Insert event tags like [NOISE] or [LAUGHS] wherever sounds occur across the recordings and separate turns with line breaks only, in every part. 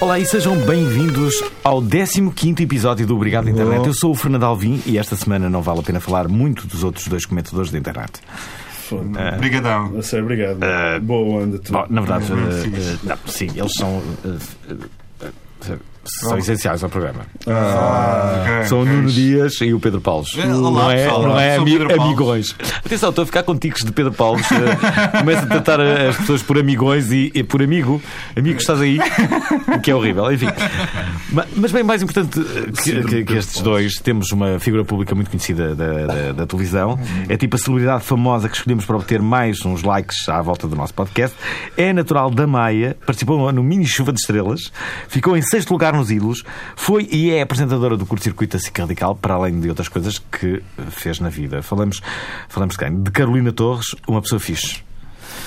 Olá e sejam bem-vindos ao 15 episódio do Obrigado Internet. Eu sou o Fernando Alvim e esta semana não vale a pena falar muito dos outros dois comentadores da internet.
Brigadão.
A sério, obrigado.
Uh,
Boa onda. Tu.
Bom, É. na verdade,
Não,
eh,
não fiz.
eh, não, sim, eles são. eh, eh, eh, são essenciais ao programa. É.
Ok,
São o
ok.
Nuno Dias e o Pedro Paulos.
Olá,
não é,
pessoal,
não é
sou o
ami-
Pedro Paulos.
amigões. Atenção, estou a ficar com tiques de Pedro Paulos. Eh, Começo a tratar eh, as pessoas por amigões e, e por amigo. Amigo, estás aí? O que é horrível, enfim. Ma- Mas, bem, mais importante eh, que, que- que estes dois, temos uma figura pública muito conhecida da, da- da televisão. É tipo a celebridade famosa que escolhemos para obter mais uns likes à volta do nosso podcast. É natural da Maia, participou no Mini Chuva de Estrelas, ficou em sexto lugar nos Ídolos, foi e é apresentadora do curto-circuito assim radical, para além de outras coisas que fez na vida. Falamos, falamos de quem? De Carolina Torres, uma pessoa fixe.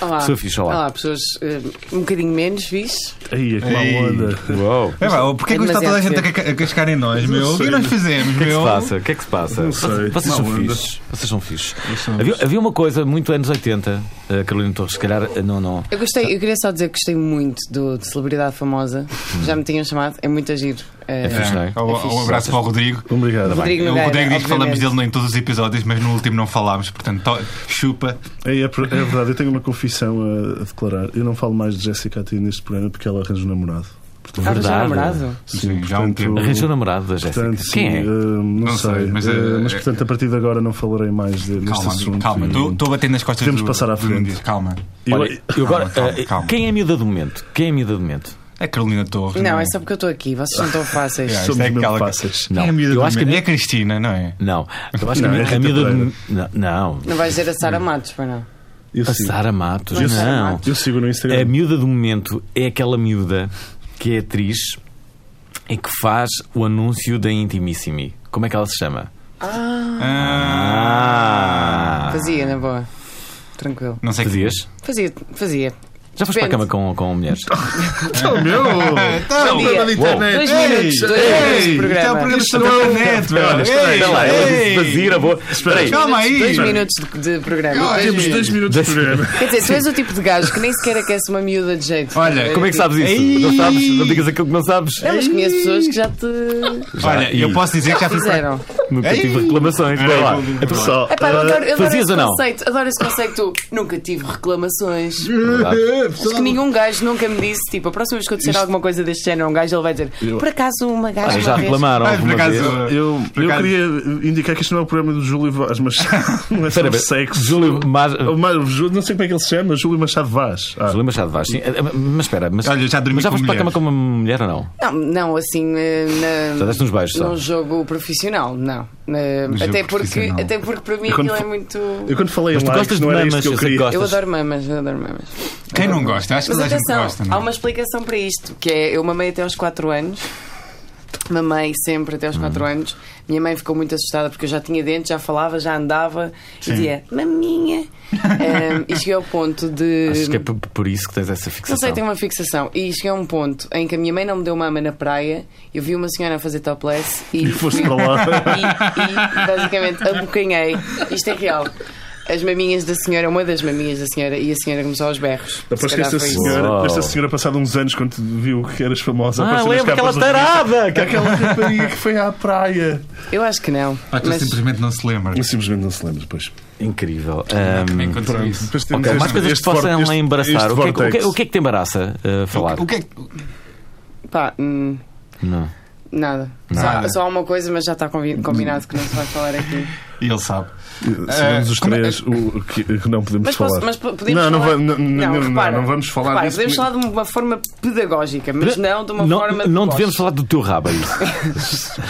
Olá.
Pessoa fixe, olá.
pessoas eh, um bocadinho menos fixe.
Aí, que
Ei.
má onda.
Uau!
É, pá, porquê que
É
está toda a gente
demasiado
a ca- a cascar em nós, meu? O que
sei.
nós fizemos,
O que é que se
meu?
passa? O que é que se passa?
Não
Vocês-
sei.
Vocês são
Uma onda.
fixes. Vocês são fixes. Havia, havia uma coisa muito anos 80, eh, Carolina Torres, se calhar, eh, não, não.
Eu gostei, eu queria só dizer que gostei muito do, de celebridade famosa. Já me tinham chamado, é muito agir.
Hum. É fixe, Tá não é?
É, Um um abraço para o Rodrigo.
Obrigado.
Rodrigo
O
Nogueira,
Rodrigo diz que falamos
obviamente.
dele em todos os episódios, mas no último não falámos, portanto, to- chupa.
Ei, é, por- é verdade, eu tenho uma confissão a, a declarar. Eu não falo mais de Jessica Atini neste programa porque ela arranja um namorado.
Ah, mas é
Verdade.
namorado?
Sim, já há um
portanto,
tempo.
Arranjou o namorado da Jéssica.
Uhum. Portanto, sim,
Quem é?
eh, não,
Não
sei.
sei, mas,
Eh,
eh,
mas, portanto, a partir de agora não falarei mais de, deste
Calma,
assunto.
calma.
E-
Estou batendo nas costas
Podemos
do
passar à
do Nuno
frente.
Dias, Calma.
Eu-
Olha, eu agora,
Calma, calma,
eh,
calma.
Quem é a miúda do momento? Quem é a miúda do momento?
É Carolina Torres.
Não,
é?
é só porque eu estou aqui, vocês não estão
[LAUGHS]
fáceis.
É,
Somos
isto é
mesmo
aquela-
fáceis.
Quem
Não,
é a miúda
eu
do
acho que a
momento? É
miúda.
a Cristina, não é?
Não, eu acho que a
Não,
miúda-
é
a
Rita
miúda.
Pereira.
do- Não, não.
Não vais dizer a
Hum.
Sara Matos, para não.
Eu,
A
sigo.
Sara Matos,
Não é Sara
não. É
Matos.
eu sigo no
A
Instagram.
miúda do momento é aquela miúda que é atriz e que faz o anúncio da Intimissimi. Como é que ela se chama?
Ah,
Ah!
Fazia, na boa. Tranquilo.
Não sei que-
Fazias?
Fazia, fazia.
Já foste para a cama
Depende.
com, com mulheres?
Oh, [LAUGHS] meu!
Então,
Bom dia.
internet.
Dois
Ei,
minutos, dois minutos
ei,
de
Isto é um
programa.
programa de internet, velho.
Olha, espera aí,
Ei,
Espera lá, ela disse
ei.
vazir a boa. Espera aí.
Calma aí.
Dois minutos de, de programa.
Ah,
Dois
Temos
minutos.
dois minutos de programa.
[LAUGHS]
Quer dizer, tu és o tipo de gajo que nem sequer aquece uma miúda de jeito. tipo,
Olha,
Como é que sabes isso?
Ei.
Não sabes? Não digas aquilo que não sabes.
Não, mas conheço pessoas que
[LAUGHS]
já te
Já,
Olha,
e
eu posso dizer que já fiz.
fizeram.
Nunca
Ei.
tive reclamações. Vai lá.
É pessoal.
Epá, eu adoro, eu adoro
Ah, fazias
esse
ou não?
conceito. Adoro esse conceito. Nunca tive reclamações.
eh,
Acho que nenhum gajo nunca me disse, tipo, a próxima vez que acontecer alguma coisa deste género, a um gajo ele vai dizer, por acaso uma gaja.
Ah, Já
uma vez-"
reclamaram
Mas, por
alguma
acaso,
vez.
Eu,
Por
eu
acaso-
queria indicar que isto não é o programa do Júlio
[LAUGHS]
Vaz, mas não é
Espera,
sobre sexo.
Júlio, mas,
O Mário- o Júlio- não sei como é que ele se chama, Júlio Machado Vaz. Ah,
Júlio Machado Vaz, sim. Ah, Mas espera, mas,
Olha, já dormi
mas já
com
foste para a cama
mulheres.
com uma mulher ou não?
Não, não, assim, eh, na-
Já deste uns beijos, só.
num jogo profissional, não. Na-
jogo
até, porque,
profissional.
até porque para mim
quando
aquilo é
fa-
muito.
eu
Eu,
quando falei
Mas
em
tu
likes,
gostas de
não era
mamas,
isto que
eu
eu
sei que
queria.
gostas.
adoro mamas, eu adoro mamas.
Quem não gosta? Acho que toda a
Mas
gente
atenção,
gosta, não é?
há uma explicação para isto, que é eu mamei até aos 4 anos. Mamei sempre até aos 4 anos. Minha mãe ficou muito assustada porque eu já tinha dentes, já falava, já andava e dizia maminha. Ahm, e cheguei ao ponto de.
Achas que é por, por isso que tens essa fixação?
Não sei, tem uma fixação. E cheguei a um ponto em que a minha mãe não me deu mama na praia, eu vi uma senhora a fazer topless e.
E foste
[LAUGHS]
para lá.
[LAUGHS] e, e basicamente abocanhei. Isto é real. As maminhas da senhora, uma das maminhas da senhora, e a senhora começou aos berros.
Depois
Se
que
calhar
esta
foi isso.
Uau.
senhora, esta senhora, passado uns anos, quando te viu que eras famosa,
Ah,
apareceu nas
lembra
capas
aquela
da revista.
tarada! que-
Aquela rapariga que foi à praia.
Eu acho que não.
Ah, tu
mas-
simplesmente não se lembra.
Eu simplesmente não se lembra depois.
Incrível.
Como é
Ahm,
que aconteceu isso?
Depois temos
Ok,
este-
mais coisas
este
que possam
vortex- este-
embaraçar.
este
O que, é que- o que é-
vortex.
o que é que te embaraça uh, falar?
O que é que.
Pá, hum,
Não.
nada.
Nada.
Só, só há uma coisa, mas já está convi- combinado que não se vai falar aqui.
E ele sabe.
Eh, Sabemos os
como é-
três o que, que não podemos
Ah, Mas,
falar.
posso, mas po- podemos
não, não,
falar...
va- não, não, não,
repara,
não vamos falar
repara,
disso.
podemos falar de uma forma pedagógica, mas não de uma
não,
forma.
não
de
devemos falar do teu rabo. é isso.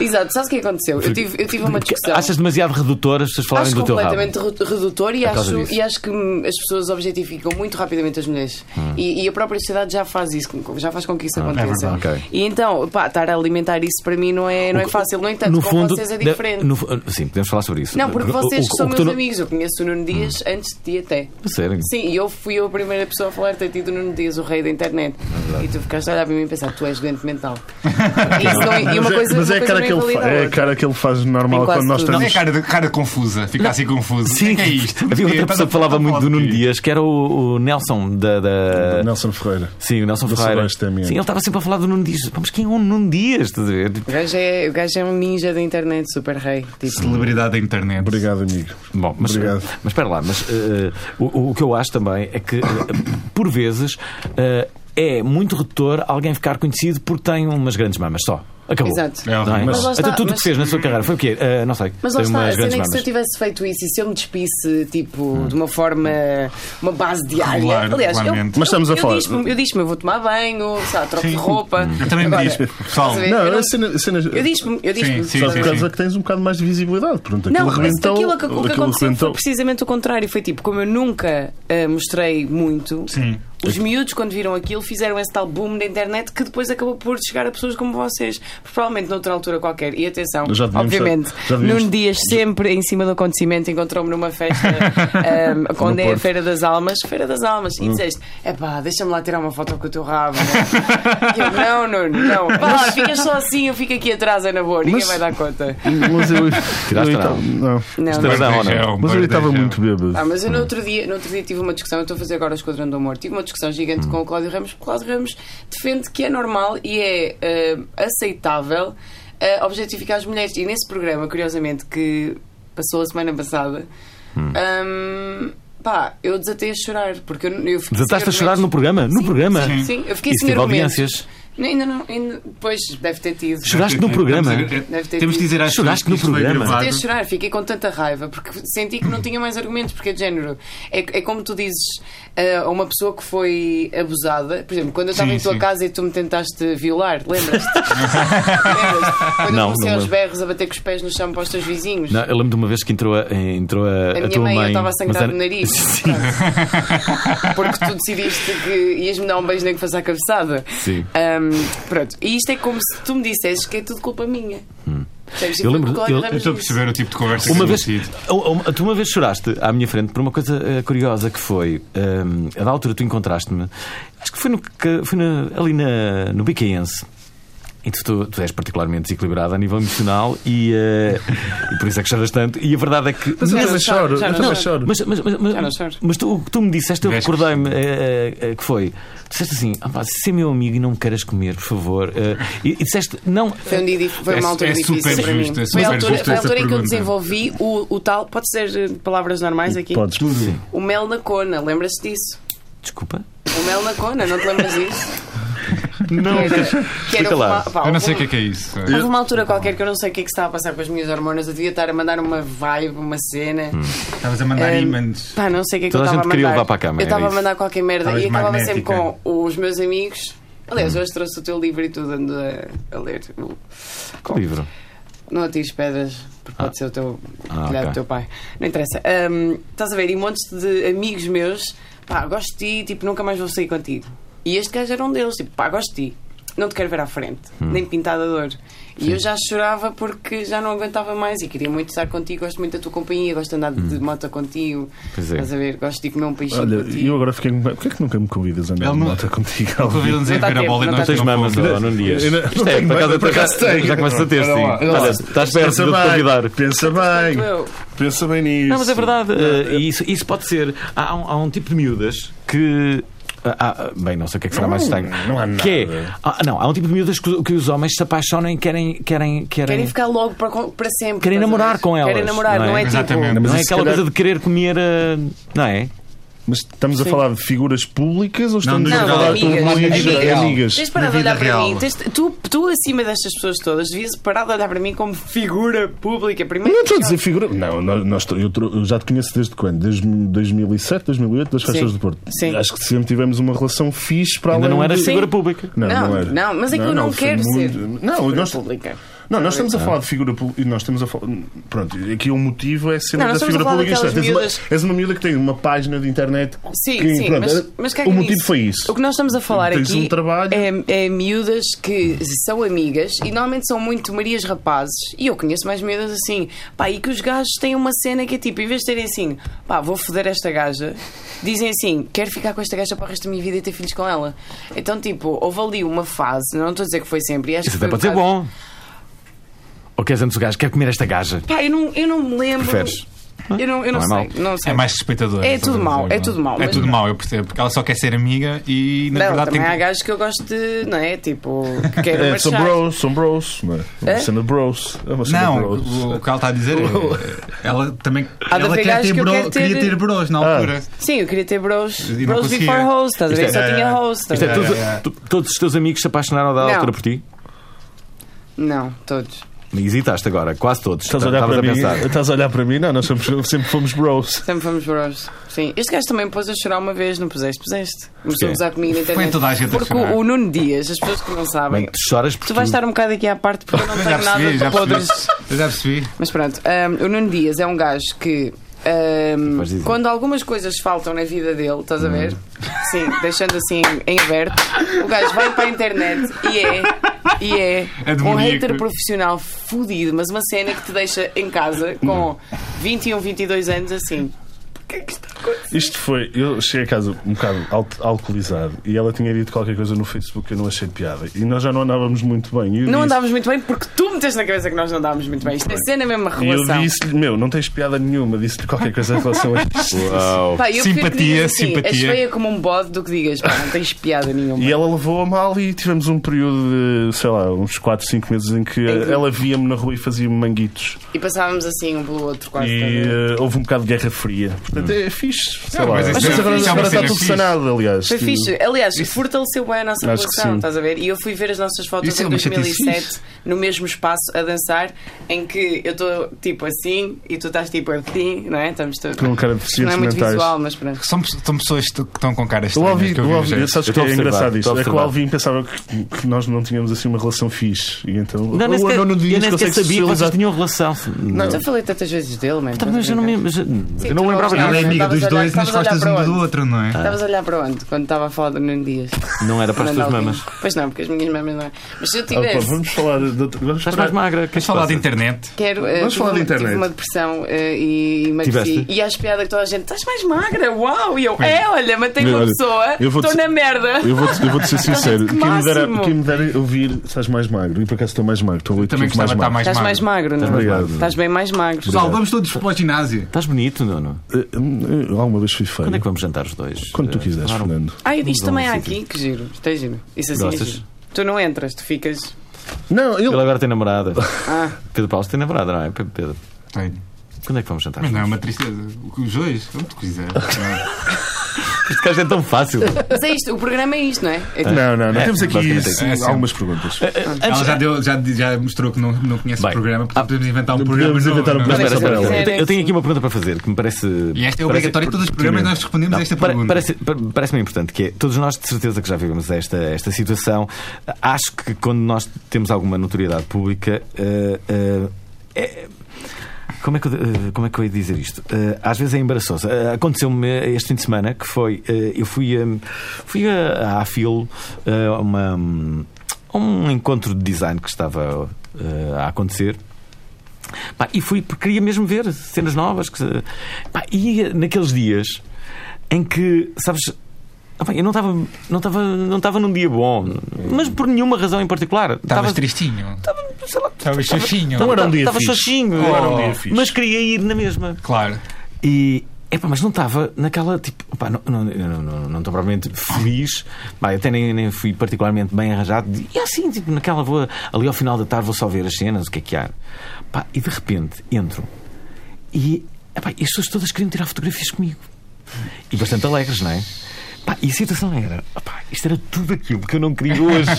Exato, sabes o que aconteceu? Eu tive, eu tive uma discussão.
Achas demasiado redutor as pessoas falarem
acho
do teu rabo?
completamente redu- redutor e
Por causa
acho,
disso.
e acho que hum, as pessoas objetificam muito rapidamente as mulheres.
Hum.
E, e a própria sociedade já faz isso, com- já faz com que isso aconteça.
Ah, é verdade. Ok.
E então, pá, estar a alimentar isso para mim não é, não é fácil. No entanto,
no
com
fundo,
vocês é
de-
diferente.
no fu- sim, podemos falar sobre isso.
Não, porque
O- o-
vocês
o-
são
o que
meus
tu não-
amigos. Eu conheço o Nuno Dias antes de ti até.
Sério?
Sim, e eu fui eu a primeira pessoa a falar-te a ti do Nuno Dias, o rei da internet. E tu ficaste a olhar para mim e pensar, tu és doente mental. E isso não- e
Mas,
uma
é,
coisa,
mas
uma
é a
coisa
cara
não
que ele fa-
invalida a
é a
outra.
cara que ele faz normal
Em quase
quando nós
tudo.
Não,
estamos.
é cara, de- cara confusa, fica assim confuso. O que é tá que é isto?
[LAUGHS] Havia outra pessoa que falava muito do Nuno Dias, que era o, o Nelson da. da-
Nelson Ferreira.
Sim, o Nelson
Do
Ferreira.
Sebastião Amigo.
é.
Sim, ele estava sempre a falar do Nuno Dias. Pá, Mas quem é o Nuno Dias? Estás a ver?
O gajo, é, o gajo é um ninja da internet, super rei. Tipo,
Celebridade da internet.
Obrigado, amigo.
Bom, mas,
Obrigado.
mas espera lá, mas eh, o, o que eu acho também é que, eh, por vezes, eh, é muito redutor alguém ficar conhecido porque tem umas grandes mamas só. Acabou.
Exato.
É horrível.
Não
Mas
lá está,
Até tudo o
mas-
que fez na sua carreira foi o quê? Eh, não sei.
Mas lá
tem
está, a
umas
cena
grandes
é que se eu
mamas.
tivesse feito isso e se eu me despisse, tipo, de uma forma, uma base diária.
Regular,
Aliás, eu,
regularmente.
eu-
Mas estamos a
eu
falar-
disse-me, eu disse-me, eu vou tomar banho, sabe, troco de
Sim.
roupa.
Eu também me
Agora,
disse, pessoal.
estás a ver?
Não,
eu,
a cena- a cena-
É, eu disse-me, eu disse-me.
Sim,
Só por
sim, sim.
causa que tens um bocado mais de visibilidade. Pronto, aquilo
Não, mas
rebentou,
aquilo, que- o que
aquilo
aconteceu foi
rebentou.
precisamente o contrário. Foi tipo, como eu nunca ah, mostrei muito,
Sim.
os miúdos, quando viram aquilo, fizeram esse tal boom na internet que depois acabou por chegar a pessoas como vocês. Provavelmente noutra altura qualquer. E atenção,
Já devíamos
obviamente,
estar- já devíamos-
Nuno Dias sempre em cima do acontecimento encontrou-me
[LAUGHS]
numa festa ah, quando
No
é a
Porto. Hum.
Feira das Almas. Feira das Almas. E disseste: epá, deixa-me lá tirar uma foto com o teu rabo.
[LAUGHS]
e eu, não, Nuno, não. Vá lá, ficas só assim, eu fico aqui atrás, é na boa, ninguém
Mas-
vai dar conta.
Mas eu,
Tiraste
eu
a
estava-
alma.
não.
Não,
Esta-
não.
Mas não,
Dois
não.
deixam,
Mas eu
dois
estava
deixam.
muito bêbado.
Ah, mas eu no outro dia, no outro dia tive uma discussão, eu estou a fazer agora o Esquadrão do Amor, tive uma discussão gigante com o Cláudio Ramos, porque o Cláudio Ramos defende que é normal e é eh, aceitável eh, objetificar as mulheres. E nesse programa, curiosamente, que passou a semana passada, ahm, pá, eu desatei a chorar, porque eu, eu fiquei sem
Desataste a chorar
argumentos.
no programa? No
Sim,
programa?
Sim, sim, eu fiquei
Isso
sem
teve
argumentos.
audiências.
Não, Ainda não, ainda, pois, deve ter tido.
Choraste no programa?
Deve ter
Temos de
tido.
dizer às
Choraste
pessoas que
no
isto foi
programa?
gravado.
Até a chorar, fiquei com tanta raiva porque senti que não tinha mais argumentos. Porque, de género, é, é como tu dizes eh, a uma pessoa que foi abusada. Por exemplo, quando eu estava
Sim,
em tua
sim.
casa e tu me tentaste violar,
[LAUGHS]
lembras-te? lembras-te? Quando
Não,
eu comecei
não
aos
lembro.
berros a bater com os pés no chão para os teus vizinhos.
Não, eu lembro de uma vez que entrou a, entrou a,
A minha
tua
mãe,
mãe.
eu estava a
mas
sangrar
era- [LAUGHS]
do nariz. Pronto. Porque tu decidiste que ias-me dar um beijo nem que fosse à cabeçada.
Sim.
Ahm, pronto. E isto é como se tu me dissesses que é tudo culpa minha. Percebes? Tipo, E
Hum. Eu
foi
lembro-
o Cláudio
eu-
Eu
Ramos
estou a
disse.
perceber o tipo de conversa
Uma
que
vez,
tem tido.
uma- tu uma vez choraste à minha frente por uma coisa eh, curiosa que foi, hum, a da altura tu encontraste-me, acho que foi, no ca- foi na- ali na, no Bicaense. E tu, tu, tu és particularmente desequilibrada a nível emocional e, eh, e por isso é que choras tanto. E a verdade é que.
Mas eu
Já não
também
choro,
choro.
já
Eu
não
também
choro.
choro.
Mas, mas, mas, mas,
Já não choro.
mas tu, o que tu me disseste, eu
Vês que
recordei-me eh, eh, eh, que foi. Disseste assim: ah, pá, se é meu amigo e não me queiras comer, por favor. eh, e, e disseste: não.
Foi, um dia, dif- foi
É-
uma altura
é super
difícil para mim.
justo, é
foi a
super
altura,
justo
foi a
essa
altura em que eu
pergunta.
desenvolvi o, o tal. Pode ser eh, palavras normais aqui?
Podes. Sim.
O mel na cona, lembras-te disso?
Desculpa.
O mel na cona, não te lembras
[LAUGHS]
disso? Não, que era
Explica lá.
uma, pá,
Eu não sei o que
houve-
é que é isso.
Houve uma altura qualquer que eu não sei o que é que estava a passar com as minhas hormonas, eu devia estar a mandar uma vibe, uma cena.
Hum. Estavas a mandar
Ahm,
ímãs.
Pá, não sei o que é que
Toda
eu
a
estava a
gente queria
mandar.
levar para a cama,
eu estava
era
a
isso.
mandar qualquer merda
Talvez
e acabava sempre com
magnética. Hum.
os meus amigos. Aliás, hoje trouxe o teu livro e tudo ando a, a ler.
Qual livro?
Não atires pedras, porque pode ser o teu,
Ah,
calhar,
ok.
o teu pai. Não interessa. Ahm, estás a ver, e montes de amigos meus, pá, gosto de ti, tipo, nunca mais vou sair contigo. E este gajo era um deles, tipo, pá, gosto de ti, não te quero ver à frente,
Hum.
nem pintada de dor. E eu já chorava porque já não aguentava mais e queria muito estar contigo, gosto muito da tua companhia, gosto de andar de
Hum.
moto contigo.
Pois é.
Estás a ver, gosto de comer um peixinho
Olha,
contigo.
eu agora fiquei com. Porquê é que nunca me convidas a andar
Ele
de
não-
moto contigo?
Convidam-nos a
Não
ir
tá
ver a
tempo,
bola e
não
nós
tá
Tens
não
mamas
fomos.
ou não dias?
Eu não-
Isto
não
é,
tenho
por acaso,
mamas, por acaso
já-
tenho.
Já começas a ter,
Olha
sim.
lá, olha lá.
Olha, estás perto de
Pensa
te convidar.
bem, pensa
Tanto
bem,
eu.
pensa bem nisso.
Não, mas é verdade. eh, e isso, isso pode ser. Há um, há um tipo de miúdas que. ah, ah, bem, não sei o que é que será mais estranho.
não há nada.
Que é, ah, não, há um tipo de miúdas que, que os homens se apaixonam e querem, querem,
Querem
querem,
ficar logo para, co- para sempre.
querem
estás a
namorar
ver?
com elas.
Querem namorar, não é,
Exatamente.
tipo.
Mas
não é
isso, se
aquela
calhar-
coisa de querer comer. eh, não é?
Mas estamos a falar de figuras públicas ou estamos
não,
a
não,
falar de
amigas,
amigas?
amigas.
amigas?
Tens de parar
Na
de
vida
olhar para
real.
mim. Tens de- tu, tu, acima destas pessoas todas, devias parar de olhar para mim como figura pública. Primeiro,
Não estou a dizer figura. Não, nós, nós- eu, tro- eu já te conheço desde quando? Desde 2007, 2008, das festas
Sim.
do Porto.
Sim.
Acho que sempre tivemos uma relação fixe para
Ainda
além
não eras
de...
figura pública.
Não,
Não,
não, era.
não, mas é que eu não
foi
quero ser
Não,
figura
nós,
pública.
Não, nós estamos a falar de figura pública. Nós estamos a falar. Pronto, aqui o motivo é ser
Não,
da
nós estamos
figura
a falar
pública.
daquelas
Tens uma,
miúdas-
és uma miúda que tem uma página de internet. que-
Sim,
que,
sim,
pronto, é-
mas, mas é caga
O motivo
nisso.
foi isso.
O que nós estamos a falar
Tens
aqui
um trabalho.
é, é miúdas que são amigas e normalmente são muito Marias rapazes. E eu conheço mais miúdas assim, pá, e que os gajos têm uma cena que é tipo, em vez de terem assim, pá, vou foder esta gaja, dizem assim, quero ficar com esta gaja para o resto da minha vida e ter filhos com ela. Então, tipo, houve ali uma fase, não estou a dizer que foi sempre, e acho
Isso
que
até
foi um
pode ser
bocado-
bom. Ou queres antes o gajo? Quer comer esta gaja?
Pá, eu não, eu não me lembro.
Preferes?
Eu não, eu não,
Não é
sei,
mau.
não sei.
É mais suspeitador.
É tudo mau, é tudo mau,
É
mas
tudo
não.
mau, eu percebo. Porque ela só quer ser amiga e, na
Não,
verdade,
também
tipo-
tem
há
que.
gajos que eu gosto de, não
[LAUGHS]
é? Tipo, que quero
É, são
marchar.
bros, são bros. Não é? Uma
É?
cena bros. É uma cena
Não,
bros.
o, o que ela está a dizer é. Ela também.
Há de
Ela
haver
quer
gajos
ter
que eu
bro,
quero ter-
queria ter bros na altura.
Sim, eu queria ter bros.
E não
Bros
conseguia.
before host, estás a ver?
Isto é-
Só tinha host. estás
Isto
a
é,
ver?
todos,
é, é.
tu- todos os teus amigos se apaixonaram da
Não.
altura por ti?
Não, todos.
Me hesitaste agora, quase todos.
Estás a olhar
Estavas
para mim?
pensar.
Estás a olhar para mim? Não, nós somos- sempre fomos bros.
Sempre fomos bros. Sim. Este gajo também me pôs a chorar uma vez, não puseste? Puseste. Começou a
Porquê?
usar comigo na internet.
Foi toda a gente a
Porque
chorar.
o Nuno Dias, as pessoas que não sabem.
Bem, tu choras por
Tu vais
tudo.
estar um bocado aqui à parte porque eu não
Já
tenho
percebi, já
nada para outras.
percebi. Eu Já percebi.
Mas pronto, hum, o Nuno Dias é um gajo que. hum,
Vais dizer.
quando algumas coisas faltam na vida dele, estás a ver? Sim, deixando assim em aberto, o gajo vai para a internet e é, e é,
É
um
demoníaco.
hater profissional fudido, mas uma cena que te deixa em casa com 21, 22 anos assim.
Isto foi. Eu cheguei a casa um bocado al alcoolizado e ela tinha dito qualquer coisa no Facebook que eu não achei piada. E nós já não andávamos muito bem. E eu
Não
disse-
andávamos muito bem porque tu meteste na cabeça que nós não andávamos muito bem. Isto é cena mesmo a
E eu
relação.
disse-lhe, meu, não tens piada nenhuma, disse-lhe qualquer coisa em relação a
[LAUGHS]
isto.
Uau.
Pá, eu prefiro que
Simpatia,
digas assim,
simpatia.
És feia como um bode do que digas, pá, não tens piada nenhuma.
E é- ela levou a mal e tivemos um período de, sei lá, uns 4, 5 meses em que
Em que-
ela via-me na rua e fazia-me manguitos.
E passávamos assim um pelo outro quase. estás a
E
ver?
eh, houve um bocado de guerra fria. Portanto, é fixe. Sei
Não,
lá.
mas isso
Mas
é
agora,
fixe, é uma
agora está
cena
tudo
fixe.
sanado, aliás.
Foi
Tipo,
fixe. Aliás, fortaleceu bem a nossa
Acho que
relação,
sim.
estás a ver? E eu fui ver as nossas fotos
Isso é
em
uma chatice
2007, no mesmo espaço, a dançar, em que eu estou tipo assim e tu estás tipo assim, não é? Estamos todos.
Com cara de
Não é
deficientes
muito
mentais.
visual, mas pronto.
São, são pessoas que estão com caras
O
estranhas.
Alvin,
que eu
o
vi
Alvin,
gente.
sabes
Eu
que
estou a
é
observar,
engraçado
estou a
isto? É que o
observar.
Alvin pensava que, que nós não tínhamos assim uma relação fixe. E então.
Não, nem
o
sequer,
Nuno Dias
eu nem sequer sabia
consegue
que vocês
socializar.
tinham relação. Não,
Eu já falei tantas vezes dele, mesmo.
mas eu não, me, mas eu
Sim,
não
tu
me lembrava
não
disso.
Ela é amiga dos
Estavas a olhar-
dois nas
estavas a
costas
olhar
um
para
do
onde?
outro, não é?
Estavas a olhar para onde? Quando estava a falar do Nuno Dias.
Não era para as
Não,
tuas
não,
mamas.
Pois não, porque as minhas mamas não é. Mas se eu
Ah, pá,
tivesse.
vamos falar. De, outra- vamos
Estás
parar-
mais magra. que
Queres falar de internet?
Quero, eh,
Vamos
tive
falar da
uma- tive
internet.
uma depressão eh, e emagreci.
Tiveste?
E acho piada que toda a gente, estás mais magra, uau! E eu, é, olha, matei uma
Olha,
pessoa,
eu vou
estou
te-
na merda.
Eu vou-te eu vou-te ser sincero.
Que
Quem me, dera,
máximo.
quem me dera ouvir, estás mais magro. E por acaso estou mais magro. Estou oito
Também
quilos mais
gostava de estar
magro.
mais
Estás mais
magro.
magro, não é?
Obrigado.
Estás bem mais magro.
Pessoal, vamos todos para o ginásio.
Estás bonito, Nuno.
Eh, hum, eu Alguma vez fui feio.
Quando é que vamos jantar os dois?
Quando tu
Eh,
quiseres,
claro.
Fernando.
Ah,
Vamos
isto
a um
também há
sítio.
aqui, que giro. Isto é giro. Isso assim
Gostas?
é giro. Tu não entras, tu ficas.
Não, ele.
Ele agora tem namorada.
[LAUGHS] Ah,
Pedro Paulo tem namorada, não é? Pe- Pedro.
Tenho.
Quando é que vamos jantar?
Mas não é uma tristeza. O que Os dois, como tu quiseres.
Este gajo é tão fácil.
mas é isto, o programa é isto, não é? É tipo,
Não, não, não.
É,
Temos aqui
basicamente
sim,
é assim.
algumas perguntas.
Ela já, deu, já, já mostrou que não, não conhece
Bem,
o programa, portanto podemos inventar um programa.
podemos
novo,
inventar um
não
Mas
é?
espera,
Mas
espera,
ela-
espera. Eu tenho- Eu tenho aqui uma pergunta para fazer que me parece.
E esta é
parece-
obrigatória em todos os programas, é? nós respondemos a esta
pare-
pergunta.
Parece, par- parece-me importante que é, todos nós de certeza que já vivemos esta, esta situação. Acho que quando nós temos alguma notoriedade pública. eh, eh, é- como é, que eu, eh, como é que eu ia dizer isto? Eh, às vezes é embaraçoso. Eh, Aconteceu-me este fim de semana que foi. eh, eu fui, eh, fui a, a AFIL, eh, a uma, a um encontro de design que estava eh, a acontecer. Pá, e fui porque queria mesmo ver cenas novas. Que, se- pá, e eh, naqueles dias em que, sabes, ah, pá, eu não estava não estava não estava num dia bom, mas por nenhuma razão em particular.
Estavas
Estava,
tristinho.
sei lá,
Estavas xoxinho.
Não era um dia
estava
fixe.
sozinho,
Não era um dia
fixe.
mas queria ir na mesma.
Claro.
E epá, mas não estava naquela tipo, pá, não não eu não- não- não estou propriamente feliz, pá, eu até nem, nem fui particularmente bem arranjado. E é assim, tipo, naquela vou ali ao final da tarde vou só ver as cenas, o que é que há. Pá, e de repente entro e epá, e as pessoas todas queriam tirar fotografias comigo. E bastante alegres, não é? Pá, e a situação era, opá, isto era tudo aquilo que eu não queria hoje.